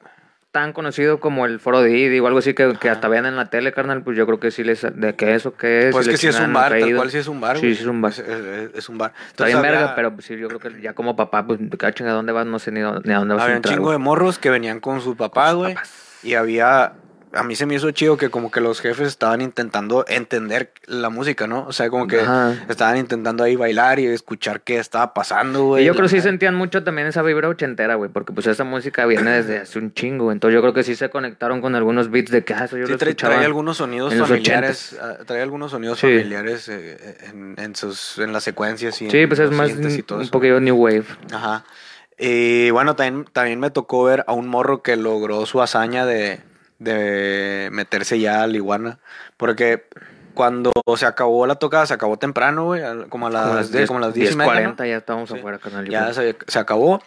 Speaker 2: tan conocido como el Foro de Didi o algo así que, que hasta vean en la tele, carnal, pues yo creo que sí les... ¿De qué eso? ¿Qué es?
Speaker 1: Pues
Speaker 2: Y
Speaker 1: que
Speaker 2: la
Speaker 1: sí es
Speaker 2: chingada,
Speaker 1: un
Speaker 2: no he
Speaker 1: bar, tal
Speaker 2: caído.
Speaker 1: cual sí es un bar,
Speaker 2: Sí,
Speaker 1: güey.
Speaker 2: sí es un bar.
Speaker 1: Es, es- es un bar.
Speaker 2: Está
Speaker 1: Entonces
Speaker 2: bien
Speaker 1: había-
Speaker 2: verga, pero pues, sí, yo creo que ya como papá, pues cada chinga dónde vas, no sé ni dó- ni a dónde vas a
Speaker 1: Había un
Speaker 2: entrar.
Speaker 1: chingo de
Speaker 2: güey.
Speaker 1: morros que venían con su papá, güey. Y había. A mí se me hizo chido que como que los jefes estaban intentando entender la música, ¿no? O sea, como que
Speaker 2: Ajá.
Speaker 1: estaban intentando ahí bailar y escuchar qué estaba pasando, güey.
Speaker 2: Y yo creo que sí
Speaker 1: La-
Speaker 2: sentían mucho también esa vibra ochentera, güey, porque pues esa música viene desde hace un chingo, güey. entonces yo creo que sí se conectaron con algunos beats de que, ah, eso yo
Speaker 1: Sí,
Speaker 2: lo
Speaker 1: trae,
Speaker 2: escuchaba.
Speaker 1: trae algunos sonidos
Speaker 2: en los
Speaker 1: familiares, ah, trae algunos sonidos
Speaker 2: Sí.
Speaker 1: familiares eh, eh, en, en sus, en las secuencias y
Speaker 2: Sí,
Speaker 1: en
Speaker 2: pues es
Speaker 1: los
Speaker 2: más
Speaker 1: sintes y
Speaker 2: un
Speaker 1: todo
Speaker 2: un
Speaker 1: eso.
Speaker 2: poquillo new wave.
Speaker 1: Ajá. Y bueno, también, también me tocó ver a un morro que logró su hazaña de, de meterse ya al iguana. Porque cuando se acabó la tocada, se acabó temprano, güey, al- como a las 10, como a las 10 y media, ¿no?
Speaker 2: 40 ya estábamos afuera, carnal.
Speaker 1: Ya
Speaker 2: igual.
Speaker 1: se, se acabó.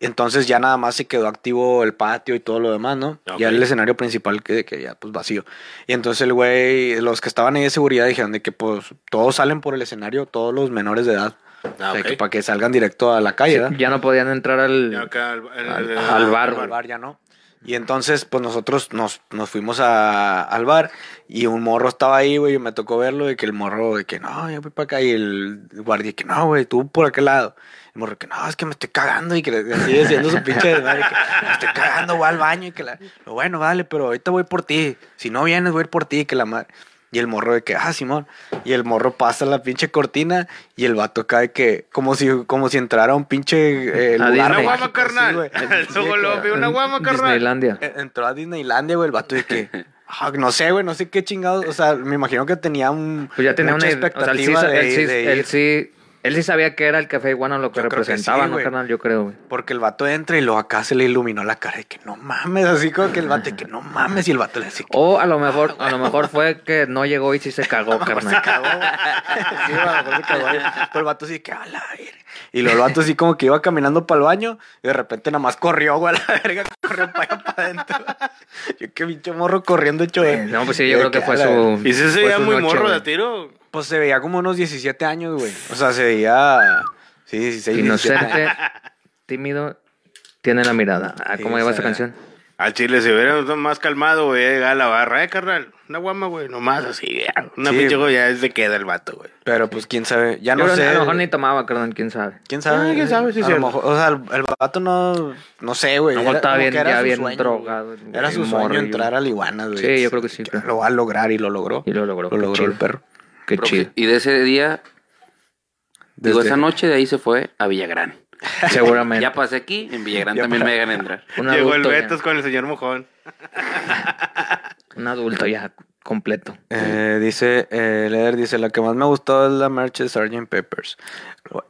Speaker 1: Entonces ya nada más se quedó activo el patio y todo lo demás, ¿no? Ya
Speaker 3: Ok.
Speaker 1: el escenario principal que, que ya pues vacío. Y entonces el güey, los que estaban ahí de seguridad dijeron de que pues todos salen por el escenario, todos los menores de edad.
Speaker 3: Ah, ok.
Speaker 1: para que salgan directo a la calle, ¿verdad?
Speaker 2: Ya no podían entrar
Speaker 3: Ya
Speaker 2: al...
Speaker 3: acá al, eh, al-
Speaker 2: Al-
Speaker 3: al-
Speaker 2: al bar,
Speaker 1: al bar ya no. Y entonces, pues nosotros nos, nos fuimos a- al bar y un morro estaba ahí, güey, y me tocó verlo y que el morro de que no, yo voy para acá y el guardia que no, güey, tú por aquel lado. El morro que no, es que me estoy cagando y que le sigue haciendo su pinche desmadre, que me estoy cagando, voy al baño y que la... Lo bueno, vale, pero ahorita voy por ti. Si no vienes, voy a ir por ti, que la madre... Y el morro de que, ah, Simón. Y el morro pasa la pinche cortina y el vato cae que, como si, como si entrara a un pinche. eh,
Speaker 2: A
Speaker 1: lugar
Speaker 2: Disney.
Speaker 3: Una
Speaker 1: mágico,
Speaker 3: guama,
Speaker 1: sí,
Speaker 3: carnal.
Speaker 1: güey.
Speaker 3: Luego lo vi una guama, carnal.
Speaker 2: Disneylandia.
Speaker 1: Eh, Entró a Disneylandia, güey, el vato de que. ah, no sé, güey, no sé qué chingados. O sea, me imagino que tenía un.
Speaker 2: Pues ya tenía
Speaker 1: mucha
Speaker 2: una idea. O sea, él sí,
Speaker 1: expectativa
Speaker 2: sa- él,
Speaker 1: de,
Speaker 2: sí,
Speaker 1: de
Speaker 2: él
Speaker 1: ir,
Speaker 2: sí- él sí sabía que era el café iguana lo que
Speaker 1: Yo creo que sí,
Speaker 2: representaba, ¿no,
Speaker 1: güey.
Speaker 2: carnal? Yo creo, güey.
Speaker 1: Porque el vato entra y luego acá se le iluminó la cara de que no mames, así como que el vato de que no mames. Y el vato le dice "Oh, que.
Speaker 2: O a lo mejor, a lo mejor fue que no llegó y sí se cagó, carnal.
Speaker 1: cagó. Sí, a lo mejor se cagó, güey. Pero el vato así que a la verga. Y luego el vato así como que iba caminando para el baño y de repente nada más corrió, güey, a la verga, corrió para allá para adentro. Yo qué pinche morro corriendo hecho. de-
Speaker 2: No, pues sí, yo
Speaker 1: de
Speaker 2: creo que
Speaker 1: a
Speaker 2: fue
Speaker 1: la
Speaker 2: su.
Speaker 3: Y si se
Speaker 2: fue
Speaker 3: veía
Speaker 2: su
Speaker 3: muy
Speaker 2: Pues noche,
Speaker 3: morro de
Speaker 2: güey.
Speaker 3: tiro.
Speaker 1: Pues se veía como unos 17 años, güey. O sea, se veía. Sí, 16, 17 años.
Speaker 2: Inocente, tímido, tiene la mirada. Ah,
Speaker 1: Sí,
Speaker 2: ¿Cómo
Speaker 1: o
Speaker 2: lleva
Speaker 1: sea,
Speaker 2: esa canción?
Speaker 3: Al chile, si hubieran más calmado, güey, llega a la barra, eh, carnal. Una guama, güey, nomás así. ya. Una
Speaker 1: Sí.
Speaker 3: pinche güey, ya se queda el vato, güey.
Speaker 1: Pero pues quién sabe. Ya
Speaker 2: Yo
Speaker 1: no
Speaker 2: creo que
Speaker 1: sé.
Speaker 2: a lo mejor ni tomaba, carnal, quién sabe.
Speaker 1: ¿Quién sabe?
Speaker 3: Ah, quién sabe,
Speaker 1: a
Speaker 3: sí,
Speaker 1: lo
Speaker 3: cierto.
Speaker 1: mejor- o sea, el, el vato no. No sé, güey.
Speaker 2: No,
Speaker 1: Era-
Speaker 2: estaba
Speaker 1: como
Speaker 2: bien-
Speaker 1: que era
Speaker 2: ya
Speaker 1: su
Speaker 2: bien
Speaker 1: sueño,
Speaker 2: drogado,
Speaker 1: güey.
Speaker 2: güey,
Speaker 1: Era su sueño
Speaker 2: morrillo.
Speaker 1: entrar a la iguana, güey.
Speaker 2: Sí, yo creo que sí, claro.
Speaker 1: Lo va a lograr y lo logró.
Speaker 2: Y lo logró,
Speaker 1: Lo
Speaker 2: qué
Speaker 1: logró
Speaker 2: chido.
Speaker 1: el perro.
Speaker 2: Qué
Speaker 5: Creo que-
Speaker 2: chido.
Speaker 5: Y de ese día, digo,
Speaker 1: Desde-
Speaker 5: esa noche de ahí se fue a Villagrán.
Speaker 2: Seguramente.
Speaker 5: Ya pasé aquí, en Villagrán
Speaker 1: Ya
Speaker 5: también
Speaker 1: pa-
Speaker 5: me dejan entrar.
Speaker 2: un
Speaker 3: Llegó el
Speaker 2: adulto.
Speaker 3: Betos
Speaker 2: ya,
Speaker 3: con el señor Mojón.
Speaker 2: un adulto ya completo.
Speaker 1: Eh, dice, eh, Leder dice, la que más me ha gustado es la merch de Sgt. Peppers.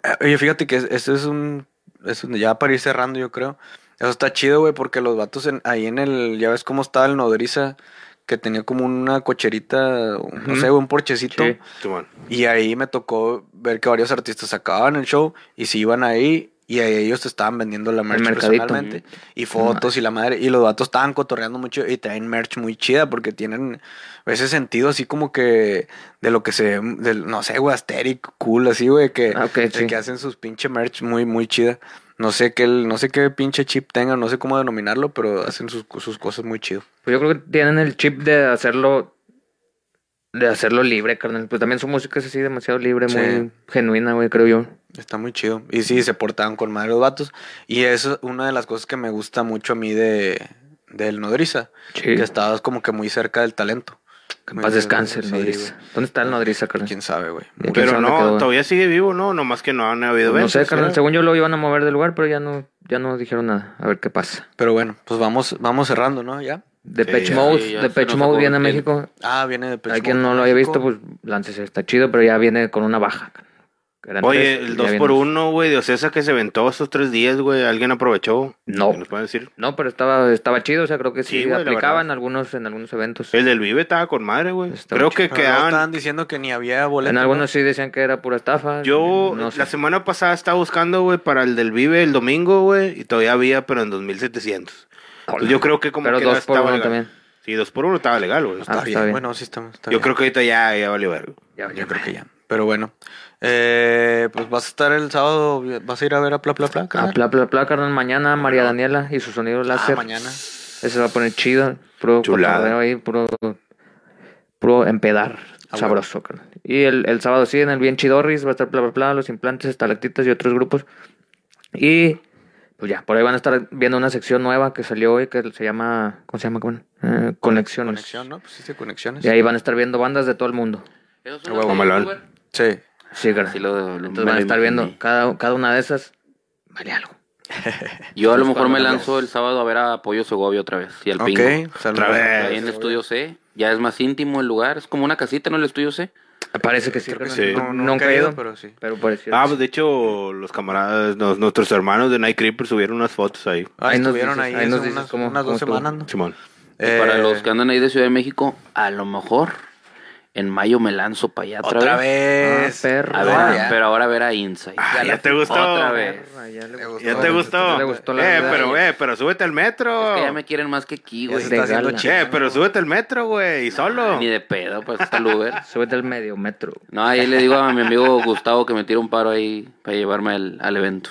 Speaker 1: Eh, Oye, fíjate que es- eso es un, es un- ya para ir cerrando yo creo, eso está chido, güey, porque los vatos en- ahí en el, ya ves cómo estaba el nodriza, que tenía como una cocherita, o no
Speaker 2: Ujú.
Speaker 1: sé, un porchecito,
Speaker 2: Sí.
Speaker 3: Simón.
Speaker 1: y ahí me tocó ver que varios artistas sacaban el show y se iban ahí. Y ahí ellos te estaban vendiendo la merch
Speaker 2: mercadito.
Speaker 1: personalmente. Y fotos y la madre. Y los vatos estaban cotorreando mucho y traen merch muy chida porque tienen ese sentido así como que de lo que se... del- no sé, güey, asteric, cool, así, güey, que,
Speaker 2: Ah, ok,
Speaker 1: de
Speaker 2: sí.
Speaker 1: que hacen sus pinche merch muy, muy chida. No sé qué, no sé qué pinche chip tengan, no sé cómo denominarlo, pero hacen sus, sus cosas muy chido.
Speaker 2: Pues yo creo que tienen el chip de hacerlo. De hacerlo libre, carnal. Pues también su música es así demasiado libre,
Speaker 1: Sí.
Speaker 2: muy genuina, güey, creo yo.
Speaker 1: Está muy chido. Y sí, se portaban con madre los vatos. Y eso es una de las cosas que me gusta mucho a mí de del Nodriza.
Speaker 2: Sí.
Speaker 1: Que estabas como que muy cerca del talento.
Speaker 2: Que en
Speaker 1: Muy
Speaker 2: paz
Speaker 1: bien,
Speaker 2: descanse el
Speaker 1: sí,
Speaker 2: nodriza.
Speaker 1: güey. Ah, Pues
Speaker 2: ¿Dónde está el nodriza, carnal?
Speaker 1: Quién sabe, güey.
Speaker 2: Ya
Speaker 1: Muy-
Speaker 2: quién
Speaker 3: Pero
Speaker 2: sabe
Speaker 3: no,
Speaker 2: dónde quedó.
Speaker 3: todavía sigue vivo, ¿no? Nomás que no han habido
Speaker 2: Pues No sé,
Speaker 3: eventos,
Speaker 2: carnal.
Speaker 3: ¿eh?
Speaker 2: Según yo lo iban a mover del lugar, pero ya no, ya no dijeron nada. A ver qué pasa.
Speaker 1: Pero bueno, pues vamos, vamos cerrando, ¿no? Ya.
Speaker 2: The
Speaker 3: Sí,
Speaker 2: Patch
Speaker 3: ya,
Speaker 2: Mode,
Speaker 5: sí, ya
Speaker 2: The
Speaker 5: se
Speaker 2: Patch
Speaker 5: nos
Speaker 2: Mode
Speaker 5: acabó
Speaker 2: viene a
Speaker 5: el
Speaker 2: México.
Speaker 1: Ah, viene de Depeche
Speaker 2: Hay quien
Speaker 1: Mode
Speaker 2: no
Speaker 1: a
Speaker 2: lo haya
Speaker 1: México.
Speaker 2: visto, pues láncese, está chido, pero ya viene con una baja. Eran
Speaker 3: Oye,
Speaker 2: tres,
Speaker 3: el
Speaker 2: ya
Speaker 3: 2
Speaker 2: viene-
Speaker 3: por 1 güey, de Ocesa que se aventó esos tres días, güey. ¿Alguien aprovechó?
Speaker 2: No.
Speaker 3: ¿Qué ¿Nos pueden decir?
Speaker 2: No, pero estaba, estaba chido, o sea, creo que sí,
Speaker 3: Sí, güey, la
Speaker 2: aplicaban
Speaker 3: verdad.
Speaker 2: algunos, en algunos eventos.
Speaker 3: El del Vive estaba con madre, güey.
Speaker 2: Está
Speaker 3: Creo
Speaker 2: chido.
Speaker 3: que
Speaker 1: Pero luego
Speaker 3: quedaban...
Speaker 1: estaban diciendo que ni había boletos.
Speaker 2: En
Speaker 1: ¿no?
Speaker 2: algunos sí Ah, decían que era pura estafa.
Speaker 3: Yo
Speaker 2: no sé.
Speaker 3: la semana pasada estaba buscando, güey, para el del Vive el domingo, güey. Y todavía había, pero en 2700. Entonces, pues yo creo que como
Speaker 2: Pero
Speaker 3: que
Speaker 2: dos
Speaker 3: no
Speaker 2: por
Speaker 3: estaba
Speaker 2: uno
Speaker 3: legal.
Speaker 2: también.
Speaker 3: Sí, 2 por 1 estaba legal, güey.
Speaker 1: Está
Speaker 2: Ah, está
Speaker 1: bien.
Speaker 2: bien.
Speaker 1: Bueno, sí estamos. está
Speaker 3: Yo
Speaker 1: bien.
Speaker 3: creo que ahorita ya, ya valió verga.
Speaker 2: Ya, ya, Ah,
Speaker 1: Yo creo que ya. Pero bueno, eh, pues vas a estar el sábado, vas a ir a ver a Pla Pla Pla.
Speaker 2: Ah,
Speaker 1: carnal?
Speaker 2: pla, pla, pla, carnal, mañana María Daniela y su sonido
Speaker 1: Ah,
Speaker 2: láser.
Speaker 1: mañana.
Speaker 2: Ese se va a poner chido. Puro
Speaker 3: Chulada.
Speaker 2: cotorreo ahí, puro, puro empedar.
Speaker 1: Ah,
Speaker 2: sabroso, carnal. Y el, el sábado sí, en el Bien Chidorris va a estar bla, bla, bla, los implantes, estalactitas y otros grupos. Y pues ya, por ahí van a estar viendo una sección nueva que salió hoy que se llama, ¿cómo se llama? cabrón? Eh, conexiones.
Speaker 1: Conexión, ¿no? Pues sí, conexiones.
Speaker 2: Y ahí van a estar viendo bandas de todo el mundo.
Speaker 5: Esos
Speaker 3: Huevo, malón.
Speaker 1: Sí.
Speaker 2: Sí, carnal.
Speaker 5: Sí, lo- lo-
Speaker 2: Entonces
Speaker 5: me
Speaker 2: van a
Speaker 5: lo
Speaker 2: estar
Speaker 5: imaginé.
Speaker 2: viendo cada, cada una de esas. Vale algo.
Speaker 5: Yo a lo
Speaker 1: Los
Speaker 5: mejor me
Speaker 1: Palmeras.
Speaker 5: lanzo el sábado a ver a Pollo Segovia otra vez. Y al
Speaker 1: Ok,
Speaker 5: Pingo.
Speaker 1: saludos.
Speaker 3: vez.
Speaker 5: Ahí en el estudio C. Ya es más íntimo el lugar. Es como una casita, ¿no? El estudio C.
Speaker 2: Parece que sí,
Speaker 1: Creo que
Speaker 2: carnal.
Speaker 3: sí.
Speaker 2: No,
Speaker 1: No,
Speaker 2: nunca he ido, pero,
Speaker 1: pero sí.
Speaker 2: pareció.
Speaker 3: Ah, pues, de hecho, los camaradas, nos- nuestros hermanos de Night Creeper subieron unas fotos ahí.
Speaker 1: Ah,
Speaker 2: Ahí nos
Speaker 1: estuvieron
Speaker 2: dices-
Speaker 1: ahí,
Speaker 2: ahí nos
Speaker 1: hace
Speaker 2: dices
Speaker 1: unas,
Speaker 2: cómo-
Speaker 1: unas
Speaker 2: cómo
Speaker 1: dos
Speaker 2: estuvo.
Speaker 1: semanas, ¿no?
Speaker 3: Simón.
Speaker 5: Y para
Speaker 1: Eh,
Speaker 5: los que andan ahí de Ciudad de México, a lo mejor en mayo me lanzo para allá otra,
Speaker 1: Otra
Speaker 5: vez.
Speaker 1: vez.
Speaker 2: Ah, perro.
Speaker 5: A ver,
Speaker 1: Ah,
Speaker 5: a-
Speaker 1: ya.
Speaker 5: pero ahora a ver a Insight.
Speaker 3: Ah, ya, te gustó.
Speaker 5: Otra vez.
Speaker 2: Pues, Ya le
Speaker 5: Pues
Speaker 1: gustó.
Speaker 3: Ya te gustó.
Speaker 2: Le gustó la
Speaker 3: eh,
Speaker 2: verdad.
Speaker 3: pero, eh, pero súbete al metro.
Speaker 5: Es que ya me quieren más que aquí,
Speaker 1: Ya
Speaker 5: güey.
Speaker 1: se
Speaker 2: de
Speaker 1: está haciendo
Speaker 2: gala.
Speaker 1: chido.
Speaker 3: Che, pero súbete al metro, güey, y solo.
Speaker 5: Ni de pedo, pues está el Uber.
Speaker 2: Súbete al medio metro.
Speaker 5: No, ahí le digo a mi amigo Gustavo que me tire un paro ahí para llevarme al, al evento.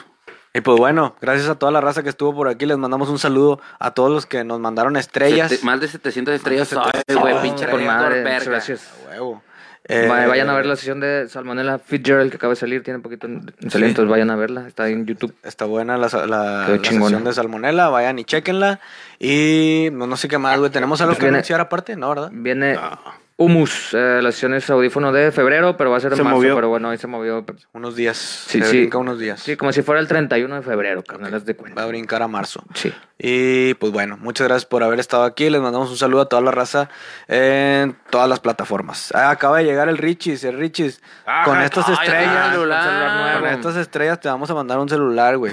Speaker 1: Y pues bueno, gracias a toda la raza que estuvo por aquí. Les mandamos un saludo a todos los que nos mandaron estrellas.
Speaker 5: Sete- más de 700 estrellas.
Speaker 1: Más de
Speaker 5: Ay, güey,
Speaker 1: 700
Speaker 5: pinche
Speaker 1: estrellas.
Speaker 5: con
Speaker 2: con madre. Muchas
Speaker 5: Gracias.
Speaker 2: gracias.
Speaker 1: A huevo. Eh,
Speaker 2: Va- vayan a ver la sesión de Salmonella Fitzgerald que acaba de salir. Tiene poquito en en salir, entonces vayan a verla. Está ahí en YouTube.
Speaker 1: Está buena la, la, la
Speaker 2: Quedó chingona.
Speaker 1: sesión de salmonela, vayan y chequenla. Y pues, no, no sé qué más, güey. ¿Tenemos algo que
Speaker 2: Viene- Mm.
Speaker 1: anunciar aparte? No, ¿verdad?
Speaker 2: Viene
Speaker 1: Ah.
Speaker 2: Humus. eh, la sesión es audífono de febrero, pero va a ser en
Speaker 3: Se
Speaker 2: marzo.
Speaker 3: movió.
Speaker 2: Pero bueno, ahí se movió.
Speaker 1: Unos días.
Speaker 2: Sí,
Speaker 1: se
Speaker 2: sí.
Speaker 1: brinca unos días.
Speaker 2: Sí, como si fuera el 31 de febrero, carnal, haz de
Speaker 1: Va a
Speaker 2: cuenta.
Speaker 1: brincar a marzo.
Speaker 2: Sí.
Speaker 1: Y pues bueno, muchas gracias por haber estado aquí. Les mandamos un saludo a toda la raza en todas las plataformas. Ah, Acaba de llegar el Richis, el Richis.
Speaker 3: Ah,
Speaker 1: con estas
Speaker 5: ay,
Speaker 1: estrellas,
Speaker 5: ah, celular.
Speaker 1: con celular nuevo. Con estas estrellas te vamos a mandar un celular, güey.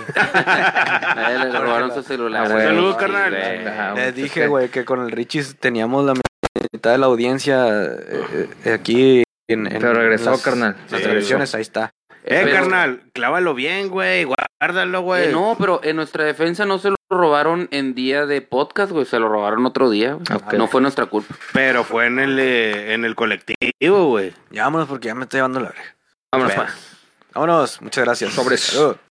Speaker 5: A él le robaron su celular.
Speaker 2: Ah, güey.
Speaker 3: Saludos,
Speaker 5: Sí,
Speaker 3: carnal.
Speaker 5: güey.
Speaker 2: Ajá. Ah,
Speaker 1: Les
Speaker 2: bueno,
Speaker 1: dije,
Speaker 2: ok.
Speaker 1: güey, que con el Richis teníamos la mitad de la audiencia eh, eh, aquí en, en
Speaker 2: Pero regresó,
Speaker 1: las-
Speaker 2: carnal.
Speaker 1: Las
Speaker 3: Sí,
Speaker 1: televisiones, ahí está.
Speaker 3: Eh,
Speaker 5: Pero-
Speaker 3: carnal, clávalo bien, güey, guárdalo, güey.
Speaker 5: Eh, no, pero en nuestra defensa no se lo robaron en día de podcast, güey. Se lo robaron otro día. güey.
Speaker 3: Ah,
Speaker 1: Ah,
Speaker 2: Ok.
Speaker 5: No fue nuestra culpa.
Speaker 3: Pero fue en el, eh, en el colectivo, güey.
Speaker 1: Ya vámonos porque ya me está llevando la oreja.
Speaker 2: Vámonos,
Speaker 5: pues.
Speaker 3: Bueno.
Speaker 2: pa.
Speaker 1: Vámonos, muchas gracias. Sobres. Salud.